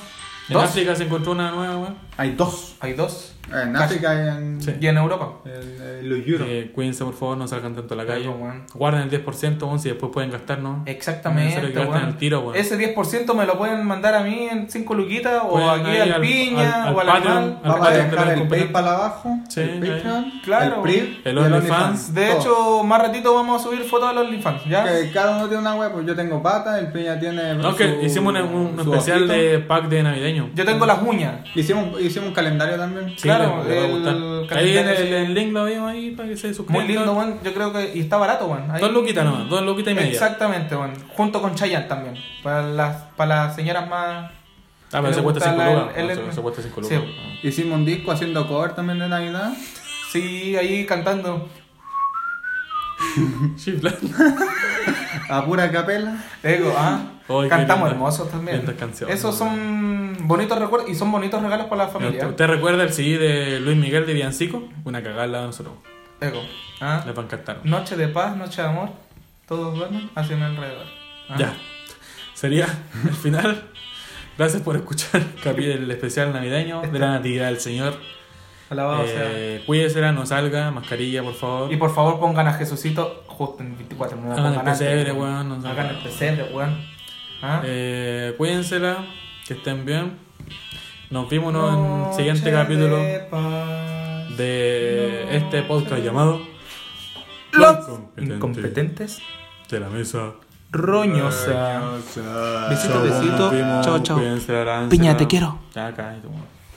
S1: En
S3: Dos.
S1: África se encontró una nueva, weón.
S2: Hay dos.
S3: Hay dos.
S2: En
S3: Casi.
S2: África y en.
S1: Sí.
S3: Y en Europa.
S2: en, eh, los Euro.
S1: Eh, cuídense, por favor, no salgan tanto a la calle.
S3: Claro, weón.
S1: Guarden el 10%, weón, si después pueden gastar, ¿no?
S3: Exactamente,
S1: Eso es lo que gastan
S3: weón.
S1: al tiro, weón.
S3: Ese 10% me lo pueden mandar a mí en 5 luquitas o
S1: Pueden
S3: aquí
S1: ahí
S3: al,
S1: al-
S3: piña
S1: al-
S3: o al
S1: al
S3: animal.
S1: Patreon.
S2: Vamos a
S1: Aparte de
S2: dejar
S1: los
S2: el
S1: componentes.
S2: PayPal abajo,
S1: Sí,
S2: el Patreon,
S3: Claro.
S2: el PRIV,
S1: El OnlyFans.
S3: De hecho, más ratito vamos a subir fotos de los OnlyFans, ¿ya?
S2: que cada uno tiene una web, pues yo tengo patas, el Peña tiene.
S1: No, que
S2: su-
S1: hicimos un, un
S2: su
S1: especial
S2: ojito.
S1: de pack de navideño.
S3: Yo tengo las uñas.
S2: Hicimos, hicimos un calendario también.
S1: Sí,
S3: claro,
S1: les- les va a
S3: el
S1: gustar. Ahí en
S3: calendario
S1: el,
S3: sí.
S1: el link lo vimos ahí para que se suscriban.
S3: Muy lindo, weón. Yo creo que. Y está barato, weón. Ahí-
S1: Dos luquitas nomás, dos luquitas y media.
S3: Exactamente, weón. Junto con Chayanne también. Para las, para las señoras
S1: Ah,
S3: más.
S1: pero
S3: Le
S1: se cuesta
S3: gusta
S1: 5
S3: la-
S1: lucas.
S3: el-
S1: Ah, se- Se cuesta 5
S3: Sí.
S1: lucas.
S2: Hicimos un disco haciendo cover también de Navidad.
S3: Sí, ahí cantando.
S1: Chifla.
S2: A pura capela.
S3: Ego, ¿ah?
S1: Ay, qué
S3: Cantamos
S1: linda-
S3: hermosos también.
S1: lindas canciones,
S3: Esos son bonitos recuerdos y son bonitos regalos para la familia.
S1: ¿Usted recuerda el CD de Luis Miguel de Villancico? Una cagada al lado de nosotros.
S3: Ego, ¿ah?
S1: Les van a encantar.
S3: Noche de paz, noche de amor. Todos duermen hacia mi alrededor. ¿ah?
S1: Ya. Sería el final. Gracias por escuchar capi- el especial navideño de la Natividad del Señor.
S3: Alabado Oh, sea.
S1: Eh, cuídesela, no salga, mascarilla, por favor.
S3: Y por favor pongan a Jesucito justo en 24 no lo
S1: Hagan Ah, el
S3: pongan antes,
S1: pesebre, weón, no sé.
S3: Hagan el pesebre, weón. ¿Ah?
S1: Eh, cuídensela, que estén bien. Nos vimos ¿no? en el
S3: Noche
S1: siguiente capítulo
S3: de paz.
S1: de este podcast llamado
S3: Los
S1: Incompetentes
S3: incompetentes
S1: de la mesa.
S3: roñosa. Besito,
S1: Nos
S3: besito.
S1: vimos,
S3: Chao, chao.
S1: cuídense,
S3: Piña,
S1: aránsela.
S3: te quiero.
S1: Ya, cállate, weón.